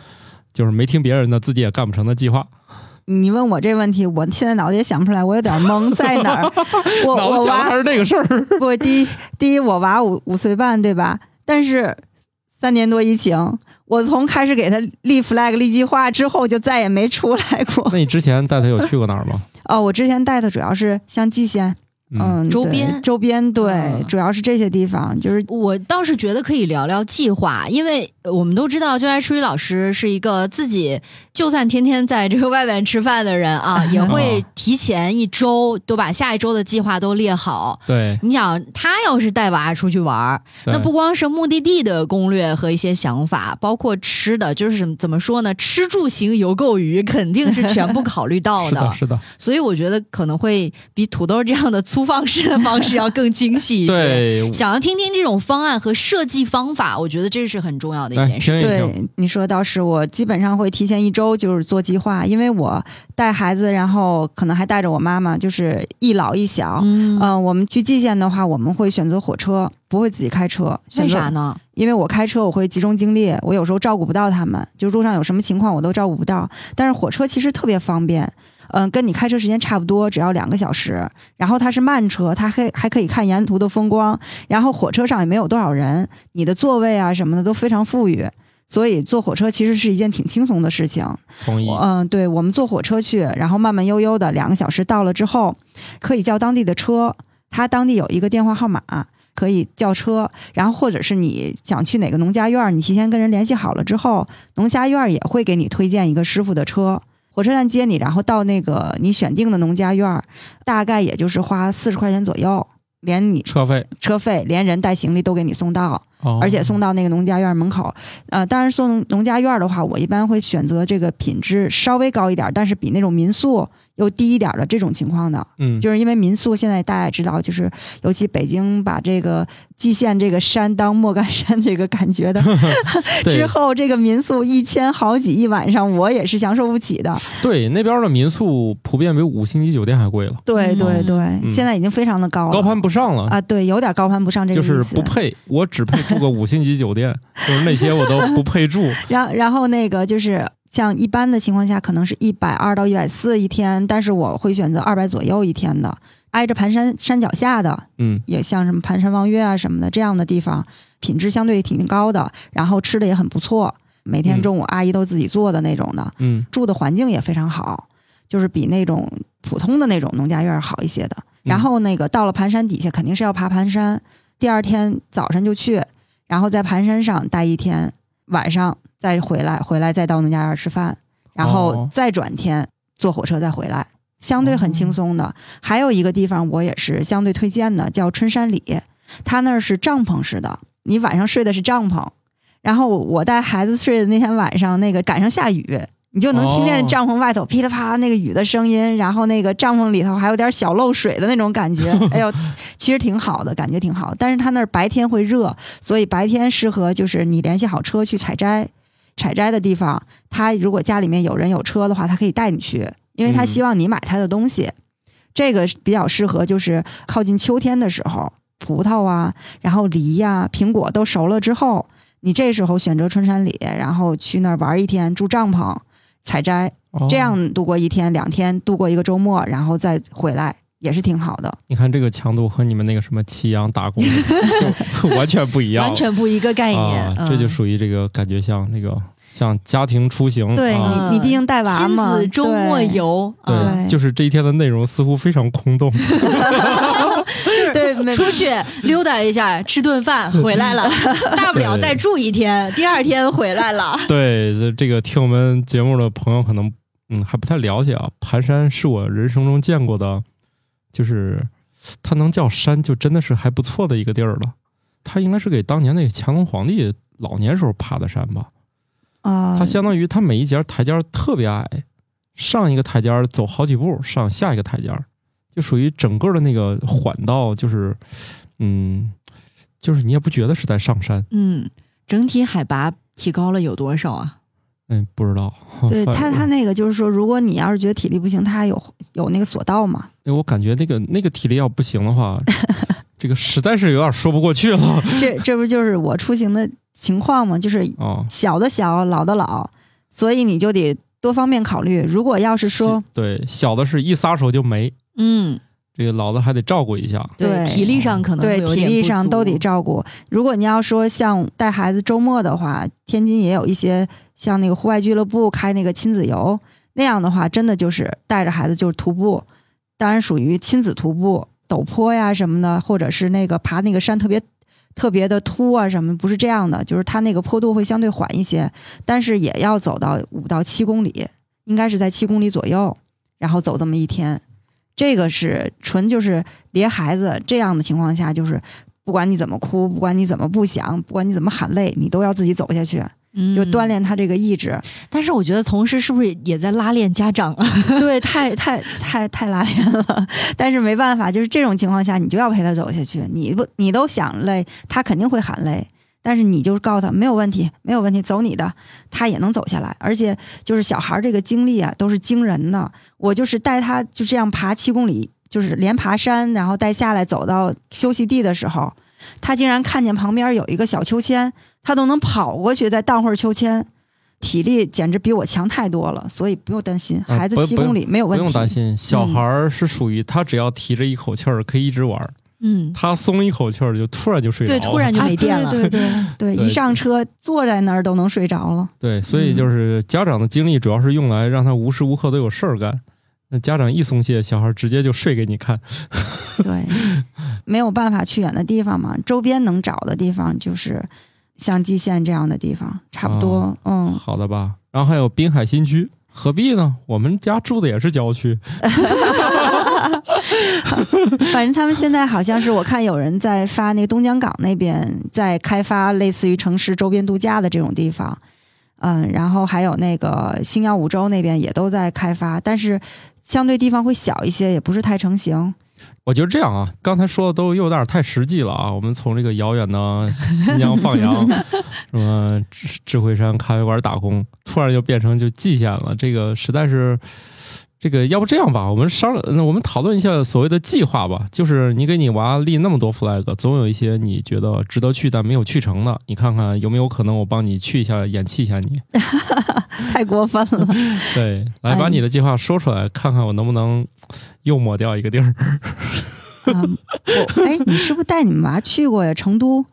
A: 就是没听别人的，自己也干不成的计划。
C: 你问我这问题，我现在脑袋也想不出来，我有点懵，在哪儿？我
A: 脑
C: 我
A: 子想的
C: 娃
A: 还是那个事儿，
B: [laughs]
C: [laughs] 不，第一，第一，我娃五五岁半，对吧？但是三年多疫情，我从开始给他立 flag 立计划之后，就再也没出来过。
A: 那你之前带他有去过哪儿吗？
C: 哦，我之前带的主要是像蓟县，嗯，
B: 周
C: 对
B: 边
C: 周边对，
B: 嗯
C: 主要是这些地方，就是
B: [laughs] 我倒是觉得可以聊聊计划，因为我们都知道，就爱吃鱼老师是一个自己就算天天在这个外面吃饭的人
A: [laughs]
B: 啊，也会提前一周都把下一周的计划都列好。
A: 对，
B: 你想，他要是带娃出去玩儿，
A: 对
B: 那不光是目的地的攻略和一些想法，包括吃的，就是什么怎么说呢？吃住行游购娱肯定是全部考虑到
A: 是的，是的。
B: 所以我觉得可能会比土豆这样的粗放式的方式要更精细一
A: [laughs]
B: 些。
A: 对，
B: 想要听听这种方案和设计方法，我觉得这是很重要的一
A: 哎
B: 件事。情。
A: 听一听
C: 对你说倒是，我基本上会提前一周就是做计划，因为我带孩子，然后可能还带着我妈妈，就是一老一
A: 哎
C: 小。
B: 嗯，
C: 嗯、我们去蓟县的话，我们会选择火车，不会自己开车。选
B: 为
C: 择
B: 啥？呢？
C: 因为我开车我会集中精力，我有时候照顾不到他们，就路上有什么情况我都照顾不到。但是火车其实特别方便，嗯，跟你开车时间差不多，只要两个小时。然后它是慢车，它还还可以看沿途的风光。然后火车上也没有多少人，你的座位啊什么的都非常富裕。所以坐火车其实是一件挺轻松的事情，
A: 同意。
C: 嗯，对，我们坐火车去，然后慢慢悠悠的两个小时到了之后，可以叫当地的车，他当地有一个电话号码，可以叫车。然后或者是你想去哪个农家院儿，你提前跟人联系好了之后，农家院儿也会给你推荐一个师傅的车。火车站接你，然后到那个你选定的农家院儿，大概也就是花四十块钱左右，连你
A: 车费，
C: 车费、连人带行李都给你送到。
A: 哦
C: 而且送到那个农家院门口。呃，当然送农家院的话，我一般会选择这个品质稍微高一点，但是比那种民宿又低一点的这种情况的，
A: 嗯，
C: 就是因为民宿现在大家也知道，就是尤其北京把这个蓟县这个山当莫干山这个感觉的
A: [laughs]
C: 之
A: 对
C: 后，这个民宿一千好几一晚上，我也是享受不起的。
A: 对，那边的民宿普遍比五星级酒店还贵了，
C: 对对对，嗯现在已经非常的高了，
A: 嗯高攀不上了。
C: 啊，对，有点高攀不上这个
A: 就
C: 意思。
A: 是不配，我只配住个五星级酒店， [laughs] 就是那些我都不配住。
C: 然然后那个就是像一般的情况下，可能是一百二到一百四一天，但是我会选择二百左右一天的，挨着盘山山脚下的，
A: 嗯，
C: 也像什么盘山望月啊什么的这样的地方，品质相对挺高的，然后吃的也很不错，每天
A: 嗯
C: 中午阿姨都自己做的那种的，
A: 嗯
C: 住的环境也非常好，就是比那种普通的那种农家院儿好一些的。然后那个到了盘山底下，肯定是要爬盘山。第二天早晨就去，然后在盘山上待一天，晚上再回来，回来再到农家院儿吃饭，然后
A: 哦
C: 再转天坐火车再回来，相对很轻松的。还有一个地方我也是相对推荐的，叫春山里，它那儿是帐篷式的，你晚上睡的是帐篷。然后我带孩子睡的那天晚上，那个赶上下雨，你就能听见
A: 哦
C: 帐篷外头噼里啪啦那个雨的声音，然后那个帐篷里头还有点小漏水的那种感觉。哎呦，其实挺好的，感觉挺好。但是它那儿白天会热，所以白天适合就是你联系好车去采摘。采摘的地方，他如果家里面有人有车的话，他可以带你去，因为他
A: 嗯
C: 希望你买他的东西。这个比较适合就是靠近秋天的时候，葡萄啊，然后梨呀、苹果都熟了之后，你这时候选择春山里，然后去那儿玩一天，住帐篷，采摘，
A: 哦
C: 这样度过一天两天，度过一个周末，然后再回来。也是挺好的，
A: 你看这个强度和你们那个什么祁阳打工就 [laughs] 完全不一样了，
B: 完全不一个概念，
A: 啊
B: 嗯、
A: 这就属于这个感觉像那个像家庭出行，
C: 对
B: 嗯
A: 啊、
C: 你，你毕竟带娃
B: 亲
C: 嘛，
B: 子周末
C: 对
B: 游，
A: 对，
B: 嗯
C: 对
A: 就是这一天的内容似乎非常空洞。
B: [laughs]
C: 对，没
B: 出去溜达一下，吃顿饭回来 [laughs] 了，大不了再住一天，第二天回来了。
A: [laughs] 对，这这个听我们节目的朋友可能嗯还不太了解啊，盘山是我人生中见过的，就是它能叫山，就真的是还不错的一个地儿了。它应该是给当年那个乾隆皇帝老年时候爬的山吧？
C: 啊，
A: 它相当于它每一节台阶儿特别矮，上一个台阶儿走好几步，上下一个台阶儿，就属于整个的那个缓道，就是嗯，就是你也不觉得是在上山，
B: [laughs] 嗯，整体海拔提高了有多少啊？
A: 嗯，不知道。
C: 对
A: [laughs] 反
C: 他他那个就是说，如果你要是觉得体力不行，他还有有那个索道嘛，
A: 哎我感觉那个那个体力要不行的
C: [laughs]
A: 话，这个实在是有点说不过去了
C: 这这不就是我出行的情况吗？就是
A: 啊。
C: 小的小，老的老，所以你就得多方面考虑。如果要 [laughs] 是说，
A: 对小的是一撒手就没，
B: 嗯，
A: 这个老的还得照顾一下。
C: 对
B: 体力上可能会
C: 对
B: 有
C: 体
B: 点
C: 力
B: 不
C: 上
B: 足
C: 都得照顾。如果你要说像带孩子周末的话，天津也有一些像那个户外俱乐部开那个亲子游那样的话，真的就是带着孩子就是徒步，当然属于亲子徒步，陡坡呀什么的，或者是那个爬那个山特别。特别的凸啊什么不是这样的，就是它那个坡度会相对缓一些，但是也要走到五到七公里，应该是在七公里左右，然后走这么一天。这个是纯就是别孩子这样的情况下，就是不管你怎么哭，不管你怎么不想，不管你怎么喊累，你都要自己走下去。
B: 嗯
C: 就锻。炼他这个意志。
B: 但是我觉得同时是不是也在拉练家长
A: [laughs]
B: 啊？
C: 对，太太太太拉脸了。但是没办法，就是这种情况下，你就要陪他走下去。你不，你都想累，他肯定会喊累。但是你就告诉他没有问题，没有问题，走你的，他也能走下来。而且就是小孩儿这个经历啊，都是惊人的。我就是带他就这样爬七公里，就是连爬山，然后带下来走到休息地的时候，他竟然看见旁边有一个小秋千，他都能跑过去再荡会儿秋千，体力简直比我强太多了。所以不用担心，
A: 嗯
C: 孩子
A: 不
C: 七
A: 不用
C: 公里没有
A: 不
C: 问题。嗯
A: 用担心，小孩儿是属于他只要提着一口气儿可以一直玩儿，
B: 嗯，
A: 他松一口气儿就突然就睡着
B: 对，
A: 了，
B: 突然就没电了。
C: 啊、对对
B: [laughs]
C: 对对，
A: 对
C: 一上车坐在那儿都能睡着了。
A: 对，所以就是家长的精力主要是用来让他无时无刻都有事儿干。那家长一松懈，小孩儿直接就睡给你看。
C: 对，没有办法去远的地方嘛，周边能找的地方就是像蓟县这样的地方，差不多。嗯，
A: 好的吧？然后还有滨海新区，何必呢？我们家住的也是郊区，
C: 反正他们现在好像是我看有人在发那个东江港那边在开发类似于城市周边度假的这种地方。嗯，然后还有那个星耀五洲那边也都在开发，但是相对地方会小一些，也不是太成型。
A: 我觉得这样啊，刚才说的都有点太实际了啊。我们从这个遥远的新疆放羊，什么智智慧山咖啡馆打工，突然就变成就蓟县了，这个实在是。这个要不这样吧，我们商量，那我们讨论一下所谓的计划吧。就是你给你娃立那么多 flag，总有一些你觉得值得去但没有去成的，你看看有没有可能我帮你去一下，演戏一下你。
C: 太过分了。
A: 对，来
C: 哎
A: 把你的计划说出来，看看我能不能又抹掉一个地儿
C: [laughs] 啊，我哎，你是不是带你们娃去过呀？成都？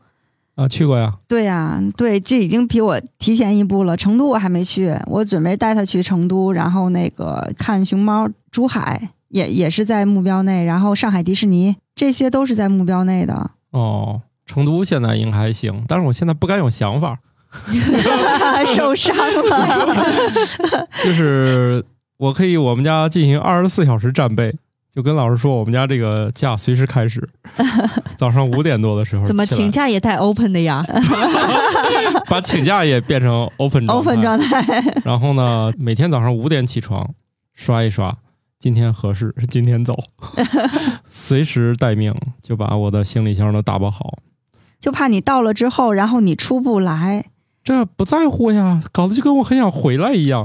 A: 啊？去过呀，
C: 对呀、对，这已经比我提前一步了。成都我还没去，我准备带他去成都，然后那个看熊猫，珠海也也是在目标内，然后上海迪士尼这些都是在目标内的。 [laughs]
A: 哦，成都现在应该还行，但是我现在不敢有想法，
C: 受伤了，
A: 就是 [laughs] 我可以我们家进行二十四小时战备，就跟老师说我们家这个假随时开
B: [laughs]
A: 始，早上五点多的时候
B: 怎么
A: 起来
B: 请假也带 open 的
A: [laughs]
B: 呀？
A: 把请假也变成
B: [laughs]
A: open 状态
C: open 状态，
A: 然后呢，每天早上五点起床刷一刷，今天合适今天走， [laughs] 随时待命，就把我的行李箱都打包好。
C: 就怕你到了之后，然后你出不来。
A: 这不在乎呀，搞得就跟我很想回来一样。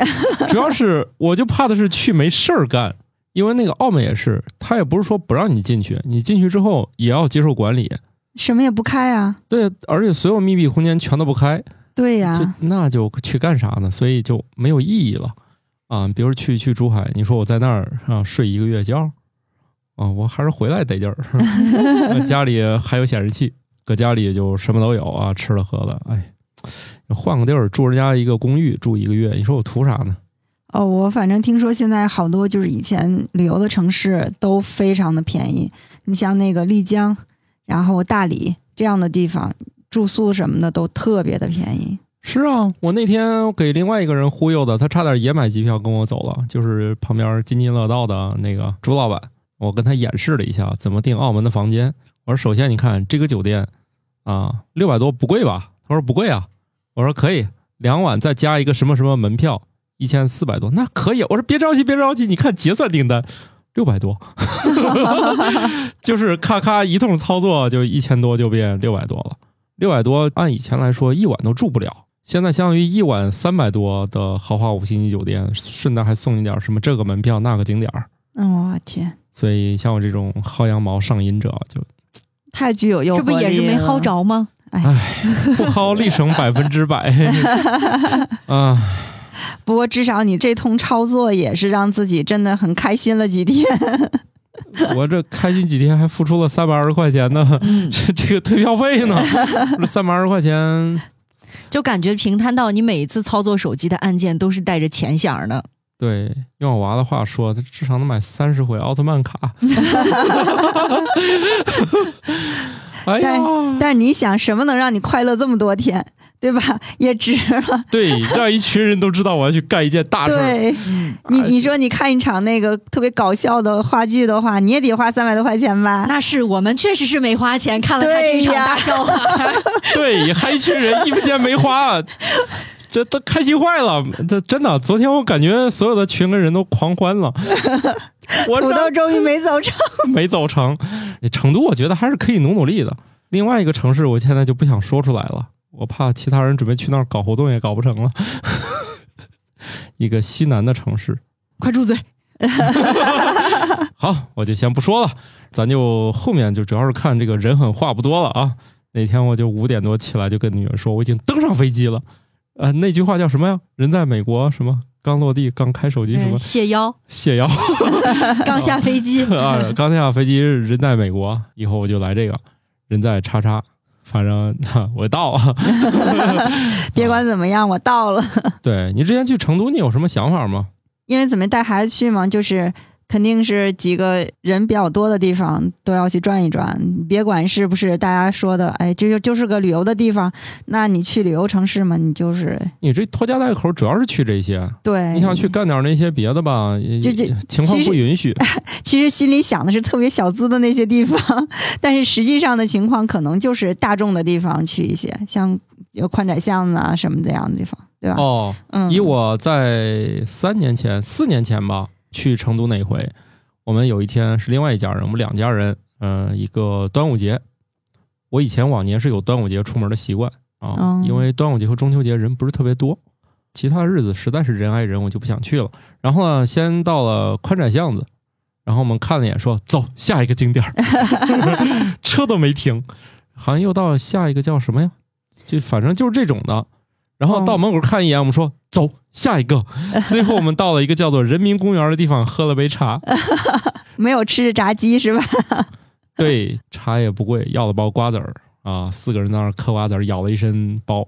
A: 主要是我就怕的是去没事儿干，因为那个澳门也是，他也不是说不让你进去，你进去之后也要接受管理。
C: 什么也不开啊，
A: 对，而且所有密闭空间全都不开，
C: 对呀、
A: 就那就去干啥呢？所以就没有意义了啊！比如去去珠海，你说我在那儿啊睡一个月觉，啊，我还是回来得劲儿。我家里还有显示器，搁家里就什么都有啊，吃了喝了，哎，换个地儿住人家一个公寓住一个月，你说我图啥呢？
C: 哦，我反正听说现在好多就是以前旅游的城市都非常的便宜，你像那个丽江，然后大理这样的地方，住宿什么的都特别的便宜。
A: 是啊，我那天给另外一个人忽悠的，他差点也买机票跟我走了，就是旁边津津乐道的那个朱老板，我跟他演示了一下怎么订澳门的房间。我说，首先你看这个酒店啊，六百多不贵吧？他说不贵啊。我说可以，两晚再加一个什么什么门票，一千四百多，那可以。我说别着急，别着急，你看结算订单。六百多， [laughs] 就是咔咔一通操作就一千多就变六百多了。六百多，按以前来说一晚都住不了。现在相当于一晚三百多的豪华五星级酒店，顺带还送你点儿什么这个门票那个景点儿。
C: 嗯，我天，
A: 所以像我这种薅羊毛上瘾者，就
C: 太具有诱惑
B: 这
C: 力
B: 不也是没
A: 啊
B: 薅
C: 了。
A: [laughs]
B: 着吗？
A: 不薅立省百分之百啊！
C: 不过至少你这通操作也是让自己真的很开心了几天。
A: 我这开心几天还付出了三百二十块钱呢，
B: 嗯，
A: 这这个退票费呢，这三百二十块钱，
B: 就感觉平摊到你每一次操作手机的按键都是带着钱响儿的。
A: 对，用我娃的话说，他至少能买三十回奥特曼卡。哎呀，
C: 但是你想，什么能让你快乐这么多天，对吧？也值了。
A: 对，让一群人都知道我要去干一件大事儿。
C: 对你，你说你看一场那个特别搞笑的话剧的话，你也得花三百多块钱
A: 啊
C: 吧？
B: 那是我们确实是没花钱看了他这一
A: [laughs]
B: 场
C: 对呀
B: 大笑话。
A: 对，还一群人一分钱没花，啊这都开心坏了，这真的，昨天我感觉所有的群跟人都狂欢
C: [laughs]
A: 了，我
C: 土
A: 这
C: 豆终于没走
A: [laughs]
C: 成。
A: 没走成。成都我觉得还是可以努努力的。另外一个城市，我现在就不想说出来了，我怕其他人准备去那儿搞活动也搞不成了。 [laughs] 一个西南的城市，
B: 快 [laughs] 住嘴！
A: 好，我就先不说了，咱就后面就主要是看这个人狠话不多了啊。那天我就五点多起来就跟女人说我已经登上飞机了，呃，那句话叫什么呀？人在美国什么？刚落地，刚开手机，什么
C: 哎
B: 嗯谢邀，
A: [laughs] 谢邀
B: 刚下
A: [laughs]
B: 飞机，
A: 啊？刚下飞机，人在美国，以后我就来这个，人在叉叉，反正我到
C: [laughs]
A: 了。
C: 别管怎么样，我到了。
A: 对你之前去成都，你有什么想法吗？
C: 因为准备带孩子去嘛，就是肯定是几个人比较多的地方都要去转一转，别管是不是大家说的，哎，这就就是个旅游的地方，那你去旅游城市嘛，你就是
A: 你这拖家带口，主要是去这些。
C: 对，
A: 你想去干点那些别的吧，也
C: 哎就这
A: 情况
C: 其实
A: 不允
C: [laughs]
A: 许。
C: 其实心里想的是特别小资的那些地方，但是实际上的情况可能就是大众的地方去一些，像有宽窄巷子啊什么这样的地方，对吧？
A: 哦，
C: 嗯，
A: 以我在三年前、四年前吧去成都那一回，我们有一天是另外一家人，我们两家人，嗯，一个端午节。我以前往年是有端午节出门的习惯啊，
C: 哦
A: 因为端午节和中秋节人不是特别多，其他日子实在是人挨人，我就不想去了。然后呢，先到了宽窄巷子，然后我们看了一眼，说走下一个景点儿，车都没停，好像又到下一个叫什么呀？就反正就是这种的。然后到
C: 哦
A: 门口看一眼，我们说走下一
C: [laughs]
A: 个。最后我们到了一个叫做人民公园的地方，喝了杯茶。
C: 没有吃炸鸡是吧？
A: 对，茶也不贵，要了包瓜子儿啊，四个人在那儿嗑瓜子儿，咬了一身
C: [laughs]
A: 包。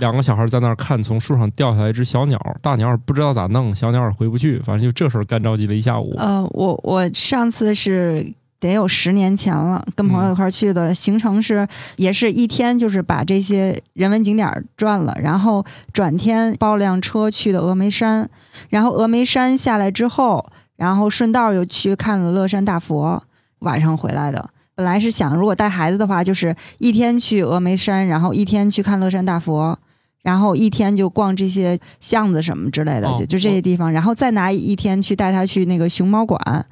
A: 两个小孩在那儿看从树上掉下来一只小鸟，大鸟儿不知道咋弄，小鸟儿也回不去，反正就这事儿干着急了一下午。
C: 呃，我我上次是。得有十年前了，跟朋友一块儿去的行程是，也是一天，就是把这些人文景点儿转了，然后转天包辆车去的峨眉山，然后峨眉山下来之后，然后顺道又去看了乐山大佛，晚上回来的。本来是想，如果带孩子的话，就是一天去峨眉山，然后一天去看乐山大佛，然后一天就逛这些巷子什么之类的，
A: 哦
C: 就就这些地方，然后再拿一天去带他去那个熊猫馆，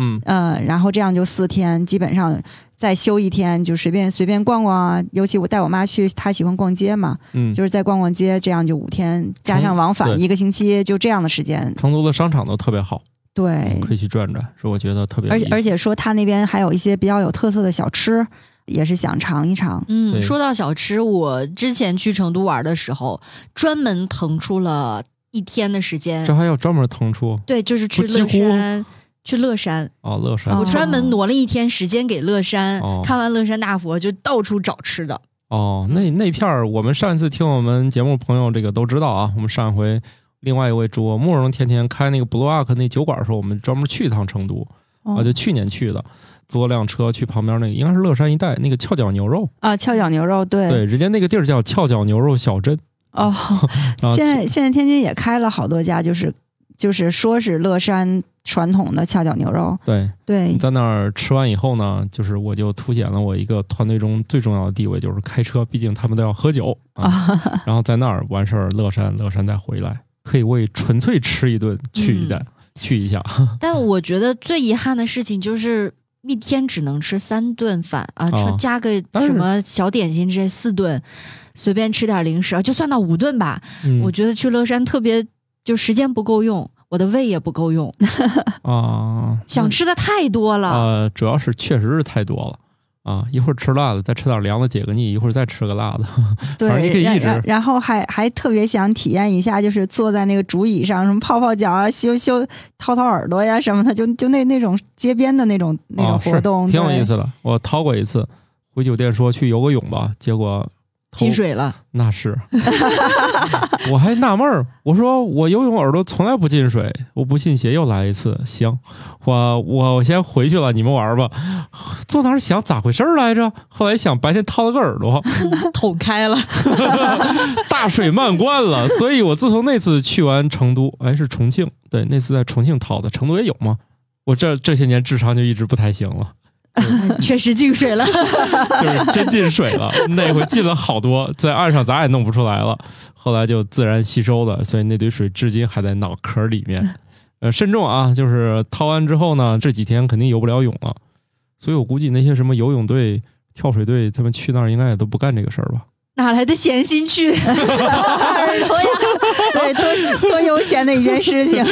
A: 嗯，
C: 嗯，然后这样就四天，基本上再休一天就随便随便逛逛啊。尤其我带我妈去，她喜欢逛街嘛，
A: 嗯，
C: 就是再逛逛街，这样就五天，加上往
A: 嗯
C: 返
A: 对
C: 一个星期，就这样的时间。
A: 成都的商场都特别好，
C: 对，
A: 可以去转转，是我觉得特别有
C: 哎而
A: 意
C: 且
A: 思。
C: 而且说她那边还有一些比较有特色的小吃，也是想尝一尝。
A: 对
B: 嗯，说到小吃，我之前去成都玩的时候，专门腾出了一天的时间
A: 这，还要专门腾出
B: 对，就是去
A: 不几
B: 乐
A: 乎
B: 山，去乐山，
A: 啊，乐山
B: 我
C: 哦
B: 专门挪了一天时间给乐山，
A: 哦
B: 看完乐山大佛就到处找吃的。
A: 哦，
C: 嗯
A: 那那片儿，我们上一次听我们节目朋友这个都知道啊，我们上一回另外一位主播慕容甜甜开那个 Blue Ark 那酒馆的时候，我们专门去一趟成都啊，
C: 哦
A: 就去年去的，坐辆车去旁边那个应该是乐山一带那个翘脚牛肉，
C: 啊，翘脚牛肉，对
A: 对，人家那个地儿叫翘脚牛肉小镇
C: 哦，
A: [laughs] 啊，
C: [laughs] 现在现在天津也开了好多家，就是就是说是乐山传统的翘脚牛肉，
A: 对，
C: 对
A: 你，在那儿吃完以后呢，就是我就凸显了我一个团队中最重要的地位，就是开车，毕竟他们都要喝酒啊。
C: [laughs]
A: 然后在那儿完事儿，乐山，乐山再回来，可以为纯粹吃一顿去一带、
C: 嗯
A: 去一下。
B: 但我觉得最遗憾的事情就是。一天只能吃三顿饭啊，
A: 哦
B: 加个
A: 但是
B: 什么小点心这四顿，随便吃点零食啊，就算到五顿吧。
A: 嗯
B: 我觉得去乐山特别，就时间不够用，我的胃也不够用，
A: 嗯啊，
B: 想吃的太多
C: 啊
B: 了。
A: 呃，主要是确实是太多了。啊，一会儿吃辣的，再吃点凉的解个腻；一会儿再吃个辣的，
C: 对，
A: 反正你可以
C: 然
A: 一直
C: 然然后还还特别想体验一下，就是坐在那个竹椅上，什么泡泡脚啊、修修、掏掏耳朵呀什么的，就就那那种街边的那种那
A: 啊
C: 种
A: 是
C: 活动，
A: 挺有意
C: 对。
A: 思的。我掏过一次，回酒店说去游个泳吧，结果头
B: 进
A: [laughs]
B: 水了，
A: 那是，我还纳闷儿，我说我游泳耳朵从来不进水，我不信邪，又来一次。行，我我我先回去了，你们玩儿吧。 [laughs] 坐那儿想咋回事儿来着？后来一想白天掏了个耳朵， [laughs]
B: 捅开了。
A: 大水漫灌了。 [laughs] 所以我自从那次去完成都，哎，是重庆，对，那次在重庆掏的，成都也有吗？我这这些年智商就一直不太行了。嗯
B: 确实进水
A: [laughs]
B: 了。
A: 就是真进水了。那回进了好多，在岸上咱也弄不出来了，后来就自然吸收的，所以那堆水至今还在脑壳里面。
C: [laughs]
A: 呃，慎重啊，就是掏完之后呢，这几天肯定游不了泳了，所以我估计那些什么游泳队、跳水队，他们去那儿应该也都不干这个事儿吧。
B: 哪来的闲
A: [laughs]
B: 心去掏耳朵呀？
C: 对，多多悠闲的一件事情。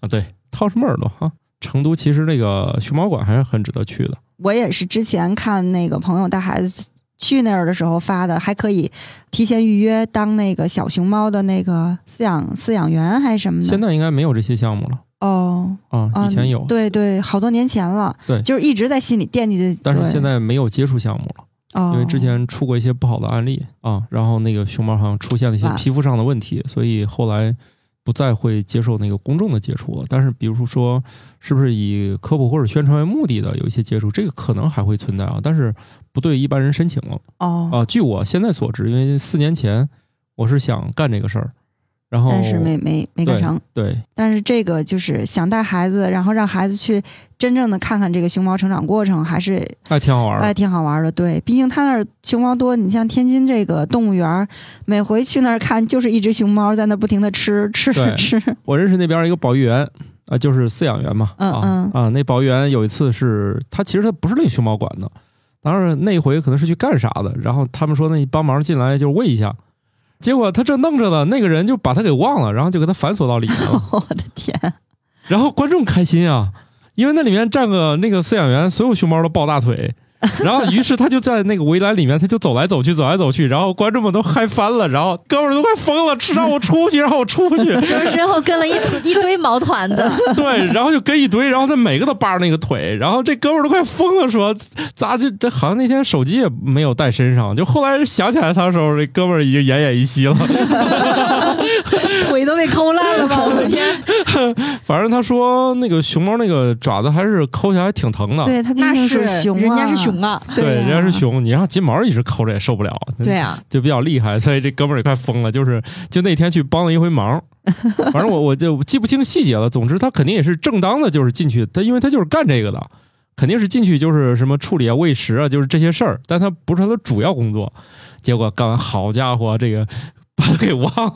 A: 啊，对，掏什么耳朵哈？成都其实那个熊猫馆还是很值得去的。
C: 我也是之前看那个朋友带孩子去那儿的时候发的，还可以提前预约当那个小熊猫的那个饲养饲养员还是什么
A: 现
C: 的。
A: 在应该没有这些项目了
C: 哦，
A: 啊，
C: 嗯
A: 以前有，
C: 对对，好多年前了，
A: 对
C: 就是一直在心里惦记着。
A: 但是
C: 对
A: 现，在没有接触项目了，
C: 哦、
A: 因为之前出过一些不好的案例啊，然后那个熊猫好像出现了一些
C: 哇
A: 皮肤上的问题，所以后来不再会接受那个公众的接触了。但是比如说，是不是以科普或者宣传为目的的有一些接触，这个可能还会存在啊，但是不对一般人申请了。
C: 哦，
A: 啊，据我现在所知，因为四年前我是想干这个事儿，然后
C: 但是没没没干
A: 对
C: 成。
A: 对
C: 但是这个就是想带孩子，然后让孩子去真正的看看这个熊猫成长过程，还是
A: 还挺好玩儿的
C: 哎，挺好玩的。对，毕竟他那儿熊猫多，你像天津这个动物园儿，每回去那儿看就是一只熊猫在那不停的吃 [laughs] 吃
A: 对
C: 吃吃。
A: 我认识那边一个保育员啊，就是饲养员嘛，
C: 嗯
A: 啊啊，那保育员有一次是他其实他不是那熊猫馆的，当然那回可能是去干啥的，然后他们说那你帮忙进来就是喂一下，结果他正弄着呢，那个人就把他给忘了，然后就给他反锁到里面
C: [laughs]
A: 了，
C: 我的天，
A: 然后观众开心啊，因为那里面站个那个饲养员，所有熊猫都抱大
C: [laughs]
A: 腿。然后，于是他就在那个围栏里面，他就走来走去，走来走去，然后观众们都嗨翻了，然后哥们儿都快疯了，吃让我出去，让我出
C: [laughs]
A: 去，
B: 就是身后跟了一坨一堆毛
A: [laughs]
B: 团子，
A: 对，然后就跟一堆，然后他每个都扒着那个腿，然后这哥们儿都快疯了，说咋这这好像那天手机也没有带身上，就后来想起来他的时候，这哥们儿已经奄奄一息了。
B: 腿都被抠烂了吧？我的天，
A: 反正他说那个熊猫那个爪子还是抠起来还挺疼的，
C: 对，它毕
B: 那
C: 竟
B: 是
C: 熊、啊，
B: 人家是，熊啊，
A: 啊对，
C: 对呀
A: 人家是熊，你让金毛一直抠着也受不了，
B: 对啊，
A: 就比较厉害，所以这哥们儿也快疯了，就是就那天去帮了一回忙。反正我我就记不清细节了，总之他肯定也是正当的，就是进去，他因为他就是干这个的，肯定是进去就是什么处理啊、喂食啊，就是这些事儿，但他不是他的主要工作。结果干完，好家伙，这个把他给忘了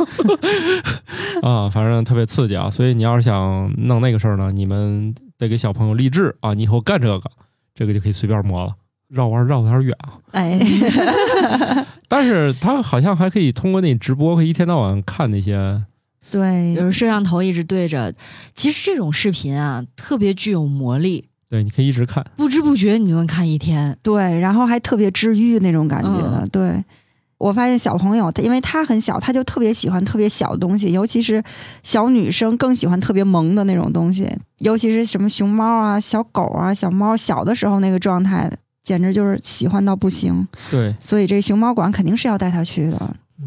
A: [laughs] 啊，反正特别刺激啊。所以你要是想弄那个事儿呢，你们得给小朋友励志啊，你以后干这个，这个就可以随便摸了，绕弯儿绕的有点远啊。
C: 哎，
A: 但是他好像还可以通过那直播，可以一天到晚看那些，
C: 对
B: 就，是摄像头一直对着。其实这种视频啊，特别具有魔力，
A: 对，你可以一直看。
B: 不知不觉你就能看一天。
C: 对，然后还特别治愈那种感觉的。
B: 嗯
C: 对，我发现小朋友，他因为他很小，他就特别喜欢特别小的东西，尤其是小女生更喜欢特别萌的那种东西，尤其是什么熊猫啊、小狗啊、小猫，小的时候那个状态，简直就是喜欢到不行。
A: 对，
C: 所以这熊猫馆肯定是要带他去的。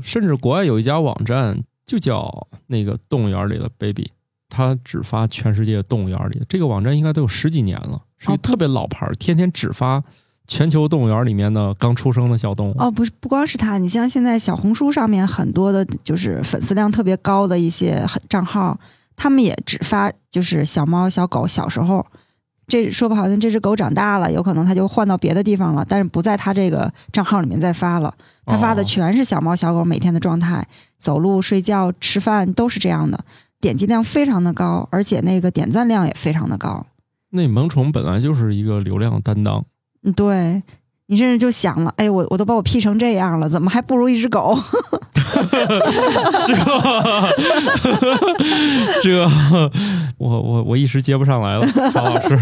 A: 甚至国外有一家网站就叫那个动物园里的 baby，它只发全世界动物园里的。这个网站应该都有十几年了，是一
C: 哦
A: 特别老牌儿，天天只发全球动物园里面的刚出生的小动物。
C: 哦，不是，不光是他，你像现在小红书上面很多的，就是粉丝量特别高的一些账号，他们也只发就是小猫、小狗小时候。这说不好听，这只狗长大了，有可能它就换到别的地方了，但是不在他这个账号里面再发了。他发的
A: 哦
C: 全是小猫、小狗每天的状态，走路、睡觉、吃饭都是这样的，点击量非常的高，而且那个点赞量也非常的高。
A: 那萌宠本来就是一个流量担当，
C: 嗯，对你甚至就想了，哎，我我都把我 P 成这样了，怎么还不如一只狗？ [laughs]
A: 是吧？ [laughs] 这我我我一时接不上来了，曹老师，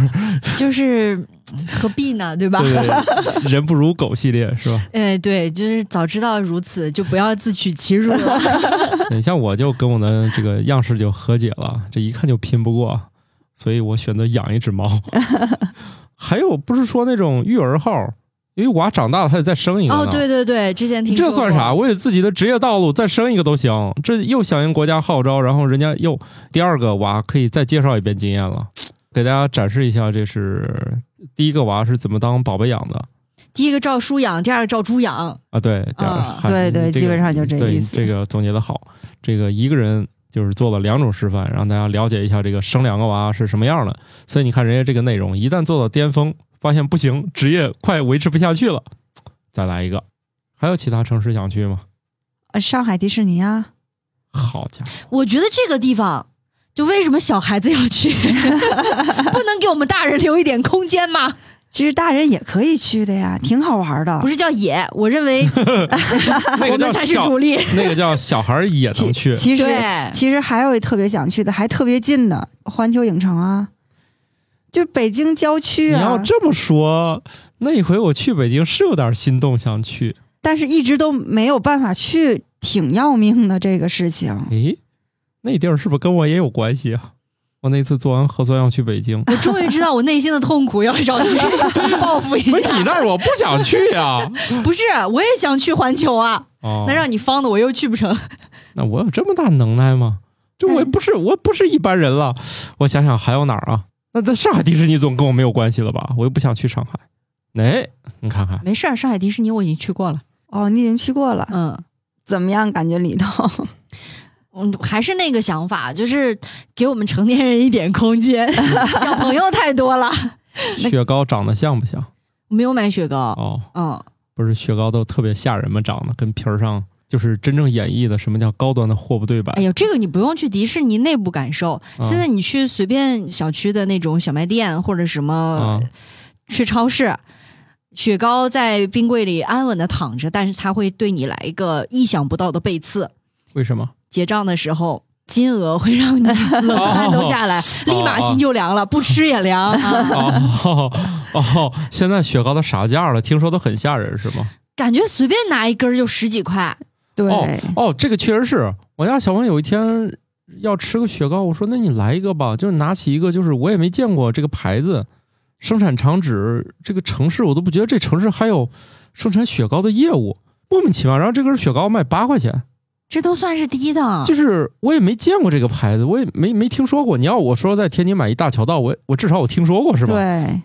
B: 就是 [laughs] 嗯何必呢，对吧？
A: 对对对，人不如狗系列是吧？
B: [laughs] 哎，对，就是早知道如此，就不要自取其辱
A: [laughs]
B: 了。
A: 对，像我就跟我的这个样式就和解了，这一看就拼不过，所以我选择养一只
B: [laughs]
A: 猫。还有不是说那种育儿号，因为娃长大了还得再生一个呢。
B: 哦，对对对，之前听
A: 这
B: 说
A: 算
B: 过
A: 啥？为了自己的职业道路再生一个都行，这又响应国家号召，然后人家又第二个娃可以再介绍一遍经验了，给大家展示一下，这是第一个娃是怎么当宝贝养的。
B: 第一个照书养，第二个照猪养，
A: 啊，对，这样 [laughs]
B: 啊
A: 还
C: 嗯对对
A: 这个嗯
C: 基本上就这
A: 对
C: 意思
A: 这个总结的好，这个一个人就是做了两种示范，让大家了解一下这个生两个娃是什么样的。所以你看人家这个内容，一旦做到巅峰，发现不行，职业快维持不下去了，再来一个。还有其他城市想去吗？
C: 呃，上海迪士尼啊，
A: 好家伙！
C: [laughs]
B: 我觉得这个地方，就为什么小孩子要去， [laughs] 不能给我们大人留一点空间吗？
C: 其实大人也可以去的呀，挺好玩的。
B: 不
C: 是，
B: 是叫野，我认为
A: [laughs] 那个
B: 我们
A: 叫
B: 才是
A: 小
B: 主，力。
A: [laughs] 那个叫小孩儿也能去
C: 其其实
B: 对
C: 其实还有一特别想去的，还特别近的，环球影城啊，就北京郊区
A: 你要
C: 啊，
A: 这么说，那一回我去北京是有点心动想去。
C: 但是一直都没有办法去，挺要命的这个事情。
A: 诶，那地儿是不是跟我也有关系啊？我那次做完核酸要去北京，
B: 我终于知道我内心的痛苦，要找你 [laughs] 报复一
A: 不是
B: 下。
A: 你那儿我不想去
B: [laughs]
A: 啊。
B: 不是，我也想去环球啊，
A: 哦，
B: 那让你方的我又去不成。
A: 那我有这么大能耐吗？这我也不是
B: 嗯
A: 我不是一般人了。我想想还有哪儿啊？那在上海迪士尼总跟我没有关系了吧？我又不想去上海。哎，你看看，
B: 没事儿，上海迪士尼我已经去过了。
C: 哦，你已经去过了，
B: 嗯。
C: 怎么样？感觉里头？ [laughs]
B: 嗯，还是那个想法，就是给我们成年人一点空 [laughs] 间，小朋友太多了。
A: 雪糕长得像不像？
B: 没有买雪糕，
A: 哦，
B: 嗯，
A: 不是雪糕都特别吓人吗？长得跟皮儿上就是真正演绎的什么叫高端的货不对版
B: 哎。呦，这个你不用去迪士尼内部感受，
A: 嗯
B: 现在你去随便小区的那种小卖店或者什么
A: 啊，
B: 去超市，雪糕在冰柜里安稳的躺着，但是它会对你来一个意想不到的背刺。
A: 为什么？
B: 结账的时候，金额会让你 [laughs] 冷汗都下来，立马心就凉了，不吃也凉。啊
A: 哦 [laughs] 哦，现在雪糕都啥价了？听说都很吓人，是吗？
B: 感觉随便拿一根儿就十几块，
C: 对，
A: 哦哦，这个确实是我家小朋友有一天要吃个雪糕，我说那你来一个吧，就拿起一个，就是我也没见过这个牌子，生产厂址这个城市我都不觉得这城市还有生产雪糕的业务，莫名其妙。然后这根雪糕卖八块钱，
B: 这都算是低的。
A: 就是我也没见过这个牌子，我也没没听说过。你要我说在天津买一大桥道，我也我至少我听说过是吧？
C: 对，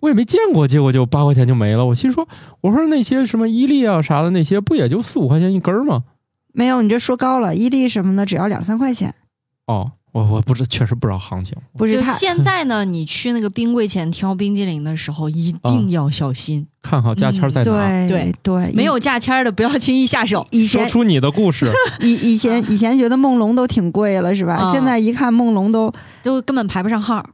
A: 我也没见过，结果就八块钱就没了。我心说，我说那些什么伊利啊啥的那些，不也就四五块钱一根儿吗？
C: 没有你这说高了，伊利什么的只要两三块钱，
A: 哦，我我不知，确实不知道行情。
C: 不是
B: 就
C: 他
B: 现在呢，你去那个冰柜前挑冰激凌的时候，一定要小心，
A: 看好价签儿再拿。
C: 对
B: 嗯对
C: 对，
B: 没有价签儿的不要轻易下手。
C: 以
A: 说
C: 前
A: 出你的故事，
B: [laughs]
C: 以以前以前觉得梦龙都挺贵了是吧？
B: 啊
C: 现在一看梦龙都
B: 就根本排不上号。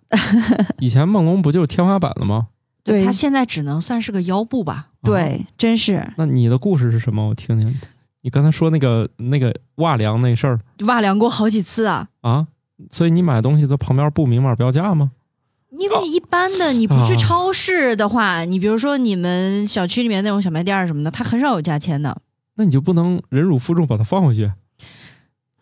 A: 以前梦龙不就是天花板了吗？
C: 对
B: 他现在只能算是个腰部吧。
A: 啊
C: 对，
B: [laughs]
C: 真是
A: 那你的故事是什么？我听听。你刚才说那个那个瓦梁那事儿
B: 哇量过好几次啊，
A: 啊，所以你买东西它旁边不明码标价吗？
B: 因
A: 啊
B: 为一般的你不去超市的话，你比如说你们小区里面那种小卖店儿什么的，它很少有价签的，
A: 那你就不能忍辱负重把它放回去？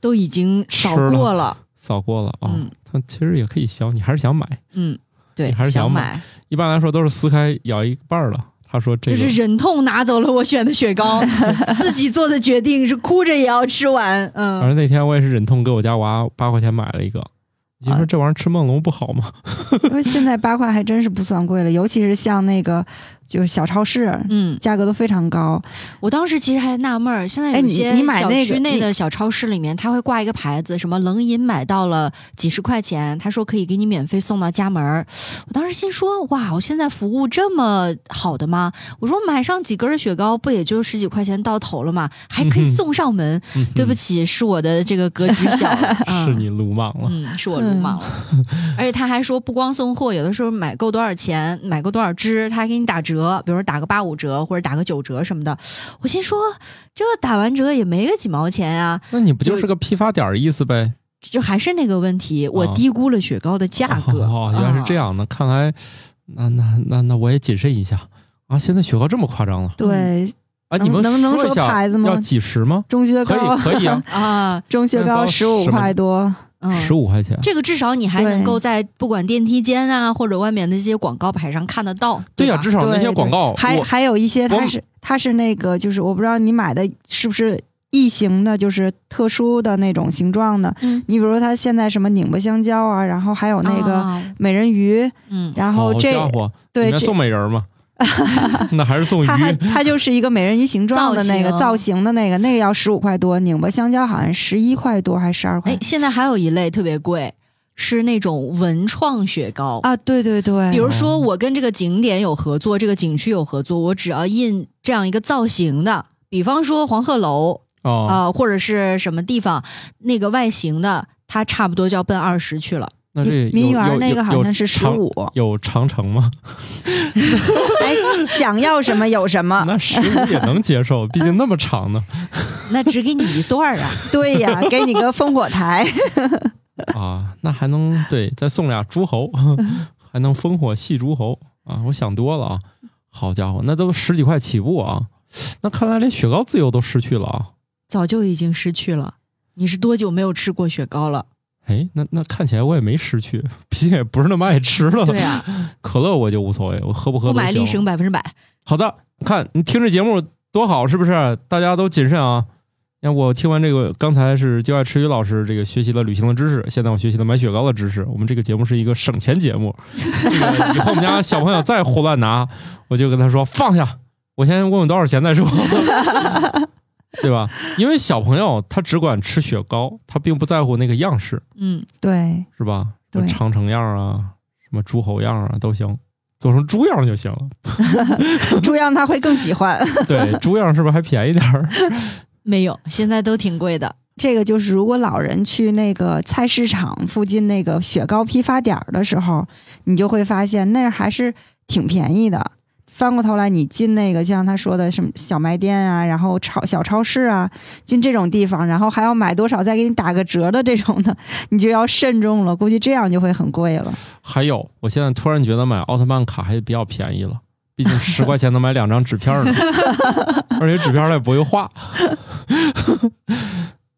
B: 都已经扫
A: 吃了
B: 过了。
A: 扫过了啊
B: 嗯，
A: 它其实也可以消，你还是想买。
B: 嗯，对，
A: 你还是想
B: 买，
A: 一般来说都是撕开咬一半儿了。他说这
B: 就
A: 个
B: 是忍痛拿走了我选的雪糕， [laughs] 自己做的决定是哭着也要吃完。嗯
A: 反，正那天我也是忍痛给我家娃八块钱买了一个。你
B: 呃
A: 说这玩意儿吃梦龙不好吗？
C: 因为现在八块还真是不算贵了，尤其是像那个就是小超市，
B: 嗯，
C: 价格都非常高。
B: 我当时其实还纳闷儿，现在
C: 哎
B: 有
C: 你
B: 些
C: 你买
B: 小
C: 那
B: 区
C: 个
B: 内
C: 你
B: 的小超市里面，它会挂一个牌子，什么冷饮买到了几十块钱，他说可以给你免费送到家门儿。我当时心说，哇，我现在服务这么好的吗？我说买上几根儿雪糕，不也就十几块钱到头了吗？还可以
A: 嗯哼
B: 送上门。对不
C: 嗯
A: 起，，
B: 起，是我的这个格局
C: [laughs]
B: 小嗯
A: [laughs]
B: 了
A: 是你鲁莽了。
B: 嗯，是我鲁莽了。
A: [laughs]
B: 而且他还说，不光送货，有的时候买够多少钱，买够多少只，他还给你打折，比如说打个八五折或者打个九折什么的。我心说，这打完折也没个几毛钱啊，
A: 那你不就是个批发点儿意思呗？
B: 就还是那个问题，我
A: 哦
B: 低估了雪糕的价格。
A: 哦，原来是这
B: 啊。
A: 样的，看来那那那那我也谨慎一下啊！现在雪糕这么夸张了
B: 嗯
C: 对，
A: 啊？
C: 能
A: 你们
C: 能能
A: 说一
C: 说
A: 下
C: 牌子吗
A: 要几十吗？
C: 中学
A: 可
C: 高
A: 以，可
C: [laughs]
A: 以啊，
B: 啊，
C: 中学高
A: 中学
C: 十
A: 高
C: 五
A: 什么
C: 块多，
B: 嗯，
A: 十五块钱。
B: 这个至少你还
C: 对
B: 能够在不管电梯间啊，或者外面的这些广告牌上看得到。
A: 对
B: 呀、
A: 呀，至少那
C: 对
A: 些广告，
C: 还
A: 我
C: 还有一些
A: 我
C: 它
A: 们
C: 是它是那个就是我不知道你买的是不是异形的，就是特殊的那种形状的。
B: 嗯
C: 你比如说它现在什么拧巴香蕉啊，然后还有那个
B: 啊
C: 美人鱼，
B: 嗯，
C: 然
A: 好
C: 后这
A: 家伙，
C: 对
A: 里面
C: 这 [laughs]
A: 送美人儿嘛，那还是送鱼
C: 它还它就是一个美人鱼形状的那个
B: 造型
C: 造型的那个，那个要十五块多，拧巴香蕉好像十一块多还是十二块
B: 哎，现在还有一类特别贵，是那种文创雪糕。
C: 啊？对对对
B: 比如说，我跟这个景点有合作，这个景区有合作，我只要印这样一个造型的，比方说黄鹤楼
A: 啊，
C: 哦
B: 啊、或者是什么地方那个外形的，它差不多就要奔二十去了。
A: 那这
C: 民
A: 有
C: 园
A: 有
C: 那个好像是十。
A: 有有长
C: 五，
A: 有长城吗？
C: 哎，想要什么有
A: [laughs]
C: 什么。
A: 那十五也能接受，毕竟那么长呢
B: 那只给你一段儿啊， [laughs]
C: 对呀，给你个烽火台， [laughs]
A: [laughs] 啊，那还能对再送俩诸
B: [laughs]
A: 侯，还能烽火戏诸侯啊！我想多了啊，好家伙，那都十几块起步啊，那看来连雪糕自由都失去了啊！
B: 早就已经失去了。你是多久没有吃过雪糕了？
A: 哎，那那看起来我也没失去，毕竟也不是那么爱吃了。
B: 对啊，
A: [laughs] 可乐我就无所谓，我喝不喝
B: 不
A: 都
B: 买立
A: 行
B: 省。百分之百。
A: 好的，看你听这节目多好，是不是？大家都谨慎啊！那我听完这个，刚才是就爱吃鱼老师这个学习了旅行的知识，现在我学习了买雪糕的知识。我们这个节目是一个省钱节目，这个以后我们家小朋友再胡乱拿，我就跟他说放下，我先问问多少钱再说， [laughs] 对吧？因为小朋友他只管吃雪糕，他并不在乎那个样式，
B: 嗯，
C: 对，
A: 是吧？什么
C: 对
A: 长城样啊，什么诸侯样啊都行，做成猪样就行了。
C: 猪样他会更喜欢。
A: 对，猪样是不是还便宜点儿？
B: 没有，现在都挺贵的。
C: 这个就是，如果老人去那个菜市场附近那个雪糕批发点儿的时候，你就会发现那儿还是挺便宜的。翻过头来，你进那个像他说的什么小卖店啊，然后超小超市啊，进这种地方，然后还要买多少再给你打个折的这种的，你就要慎重了。估计这样就会很贵了。
A: 还有，我现在突然觉得买奥特曼卡还比较便宜了，毕竟十块钱能买两张纸片儿呢，而且纸片儿它也不会画。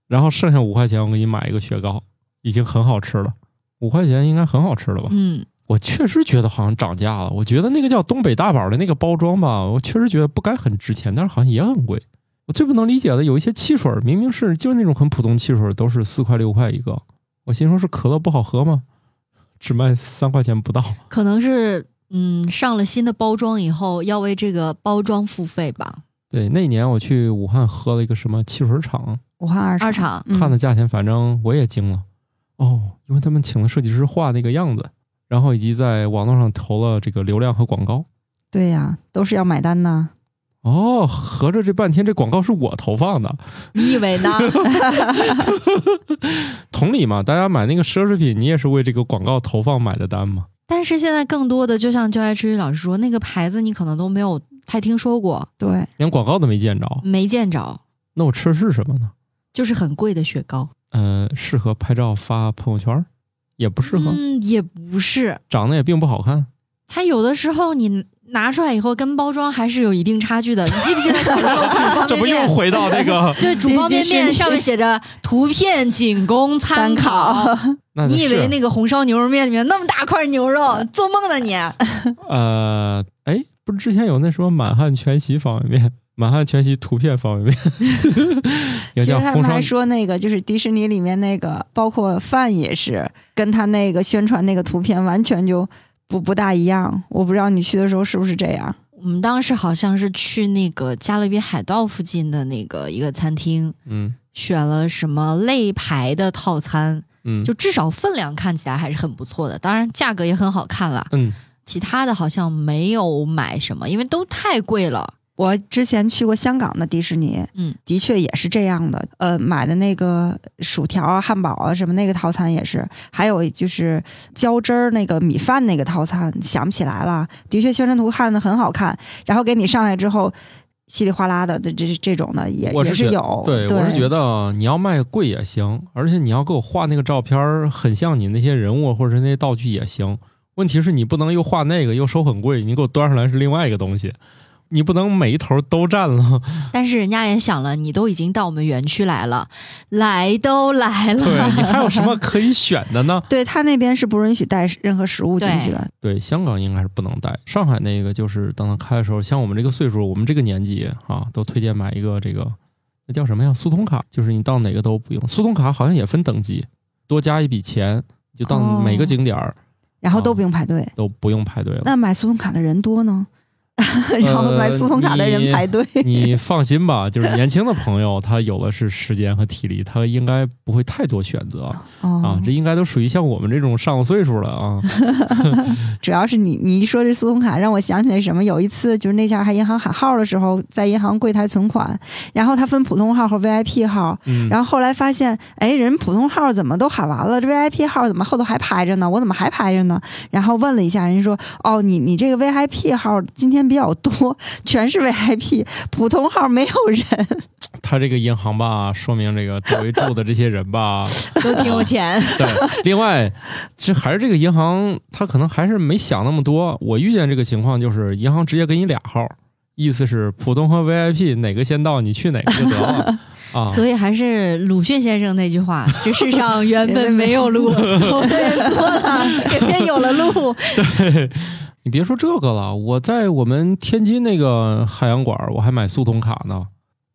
A: 然后剩下五块钱，我给你买一个雪糕，已经很好吃了。五块钱应该很好吃了吧？
B: 嗯，
A: 我确实觉得好像涨价了。我觉得那个叫东北大宝的那个包装吧，我确实觉得不该很值钱，但是好像也很贵。我最不能理解的有一些汽水儿，明明是就是那种很普通汽水儿，都是四块六块一个。我心说是可乐不好喝吗？只卖三块钱不到。
B: 可能是嗯上了新的包装以后要为这个包装付费吧。
A: 对，那年我去武汉喝了一个什么汽水厂，
C: 武汉二
B: 二
C: 厂，
B: 厂
C: 嗯
A: 看的价钱，反正我也惊了。哦，因为他们请了设计师画那个样子，然后以及在网络上投了这个流量和广告。
C: 对呀、都是要买单呐。
A: 哦，合着这半天这广告是我投放的，
B: 你以为呢？
A: 同理嘛，大家买那个奢侈品，你也是为这个广告投放买的单嘛。
B: 但是现在更多的，就像教爱之语老师说，那个牌子你可能都没有太听说过，
C: 对，
A: 连广告都没见着，
B: 没见着，
A: 那我吃的是什么呢？
B: 就是很贵的雪糕。
A: 呃，适合拍照发朋友圈儿，也不适合，
B: 嗯，也不是，
A: 长得也并不好看。
B: 它有的时候你拿出来以后跟包装还是有一定差距的。你记不记得小时候煮
A: [laughs]
B: 方
A: 这
B: 便
A: 不又
B: 面？
A: 回到那
B: [laughs]？
A: 个
B: 对，煮方便
C: 迪士
B: 面
C: 尼
B: 上面写着“图片仅供参考
C: 参”，
B: [laughs]
A: 那
B: 你以
A: 是
B: 为那个红烧牛肉面里面那么大块牛肉，做梦呢你？
A: 呃，哎，不是之前有那什么满汉全席方便面，满汉全席图片方便面，也 [laughs]
C: 其实
A: 叫
C: 他
A: 红
C: 们
A: 烧
C: 还。说那个就是迪士尼里面那个，包括饭也是跟他那个宣传那个图片完全就不不大一样。我不知道你去的时候是不是这样？
B: 我们当时好像是去那个加勒比海盗附近的那个一个餐厅，
A: 嗯
B: 选了什么肋排的套餐，
A: 嗯，
B: 就至少分量看起来还是很不错的，当然价格也很好看啦。
A: 嗯
B: 其他的好像没有买什么，因为都太贵了。
C: 我之前去过香港的迪士尼，
B: 嗯，
C: 的确也是这样的。呃，买的那个薯条啊、汉堡啊什么那个套餐也是，还有就是浇汁儿那个米饭那个套餐，想不起来了。的确，宣传图看的很好看，然后给你上来之后，稀里哗啦的这这这种的也
A: 我是
C: 也
A: 觉
C: 是有。
A: 对，我是觉得啊你要卖贵也行，而且你要给我画那个照片儿很像你那些人物或者是那些道具也行。问题是你不能又画那个又收很贵，你给我端上来是另外一个东西，你不能每一头都占了。 [laughs]
B: 但是人家也想了，你都已经到我们园区来了，来都来了，
A: 对你还有什么可以选的呢？ [laughs]
C: 对他那边是不允许带任何食物进去的。
A: 对，香港应该是不能带。上海那个就是当它开的时候，像我们这个岁数，我们这个年纪啊，都推荐买一个这个那叫什么呀？速通卡，就是你到哪个都不用。速通卡好像也分等级，多加一笔钱，就到
C: 哦
A: 每个景点儿哦
C: 然后都不用排队。
A: 都不用排队了。
C: 那买速通卡的人多呢？ [laughs] 然后买
A: 呃
C: 速通卡的人
A: 你
C: 排队。
A: 你放心吧， [laughs] 就是年轻的朋友，他有的是时间和体力，他应该不会太多选择啊
C: 哦。
A: 这应该都属于像我们这种上了岁数了
C: [laughs]
A: 啊。
C: 主要是你你一说这速通卡，让我想起来什么？有一次就是那家还银行喊号的时候，在银行柜台存款，然后他分普通号和 VIP 号，
A: 嗯，
C: 然后后来发现，哎，人普通号怎么都喊完了，这 VIP 号怎么后头还排着呢？我怎么还排着呢？然后问了一下，人家说，哦，你你这个 VIP 号今天比较多，全是 VIP，普通号没有人。
A: 他这个银行吧，说明这个周围住的这些人
C: [laughs]
A: 吧，
B: [laughs] 都挺有钱，
A: 对。另外，这还是这个银行，他可能还是没想那么多。我遇见这个情况就是，银行直接给你俩号，意思是普通和 VIP 哪个先到，你去哪个就得
C: [laughs]
A: 了啊。
B: 所以还是鲁迅先生那句话：这世上原本没有路， [laughs] 走的人多了， [laughs] 偏偏有了路。
A: [laughs] 你别说这个了，我在我们天津那个海洋馆，我还买速通卡呢，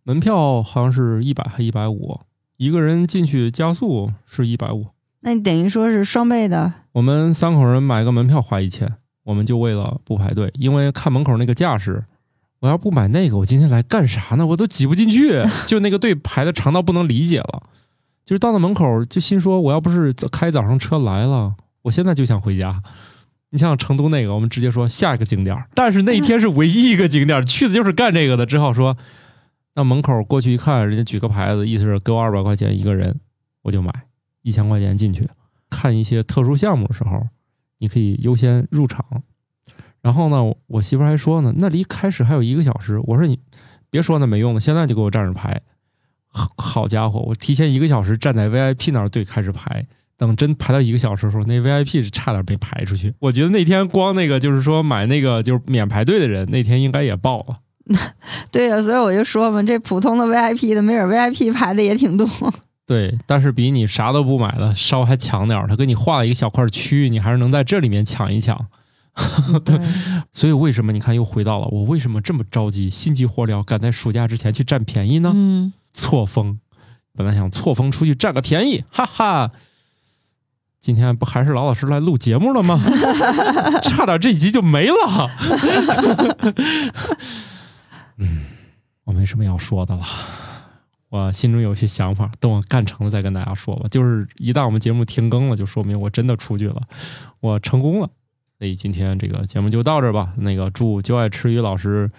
A: 门票好像是一百还一百五，一个人进去加速是一百五。
C: 那你等于说是双倍的，
A: 我们三口人买个门票花一千，我们就为了不排队，因为看门口那个架势，我要不买那个，我今天来干啥呢？我都挤不进去， [laughs] 就那个队排的长到不能理解了。就是到那门口，就心说我要不是开早上车来了，我现在就想回家。你像成都那个，我们直接说下一个景点儿，但是那一天是唯一一个景点儿，去的就是干这个的，只好说，那门口过去一看，人家举个牌子，意思是给我二百块钱一个人，我就买一千块钱进去。看一些特殊项目的时候，你可以优先入场。然后呢，我媳妇儿还说呢，那离开始还有一个小时。我说你别说那没用的，现在就给我站着排。好好家伙，我提前一个小时站在 VIP 那儿队开始排。等真排到一个小时的时候，那 VIP 是差点被排出去。我觉得那天光那个就是说买那个就是免排队的人，那天应该也爆了。
C: 对呀、所以我就说嘛，这普通的 VIP 的，没准 VIP 排的也挺多。 [laughs]
A: 对，但是比你啥都不买的稍微还强点儿，他给你划了一个小块区域，你还是能在这里面抢一抢。
C: 对，
A: [laughs] 所以为什么你看又回到了我为什么这么着急、心急火燎，赶在暑假之前去占便宜呢？
B: 嗯，
A: 错峰，本来想错峰出去占个便宜，哈哈。今天不还是老老实实来录节目了吗？差点这一集就没了。嗯，我没什么要说的了。我心中有些想法，等我干成了再跟大家说吧。就是一旦我们节目停更了，就说明我真的出去了，我成功了。所以今天这个节目就到这儿吧。那个祝就爱吃鱼老师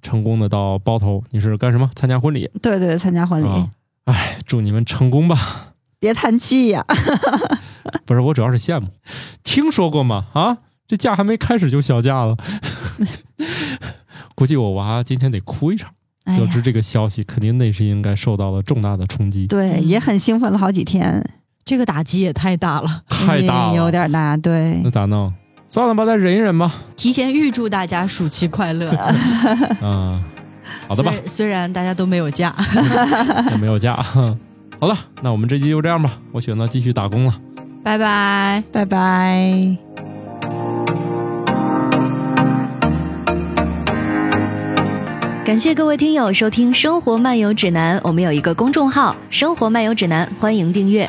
A: 成功的到包头，你是干什么？参加婚礼？
C: 对对，参加婚礼，
A: 啊，哎，祝你们成功
C: [laughs]
A: 吧！
C: 别叹气呀、
A: 不是，我主要是羡慕，听说过吗？啊，这假还没开始就小假了， [laughs] 估计我娃今天得哭一场。
C: 哎
A: 得
C: 呀，
A: 知这个消息，肯定内心应该受到了重大的冲击，
C: 对，也很兴奋了好几天，
B: 这个打击也太大了。
A: 太大
C: 也有
A: 了，嗯
C: 点大。对
A: 那，咋弄？算了吧，再忍一忍吧。
C: [laughs]
B: 提前预祝大家暑期快乐。啊
A: 嗯，好的吧，
B: 虽虽然大家都没有假，
A: 也没有假。 [laughs] 好了，那我们这期就这样吧。我选择继续打工了。
B: 拜拜。
C: 拜拜。
D: 感谢各位听友收听《生活漫游指南》，我们有一个公众号《生活漫游指南》，欢迎订阅。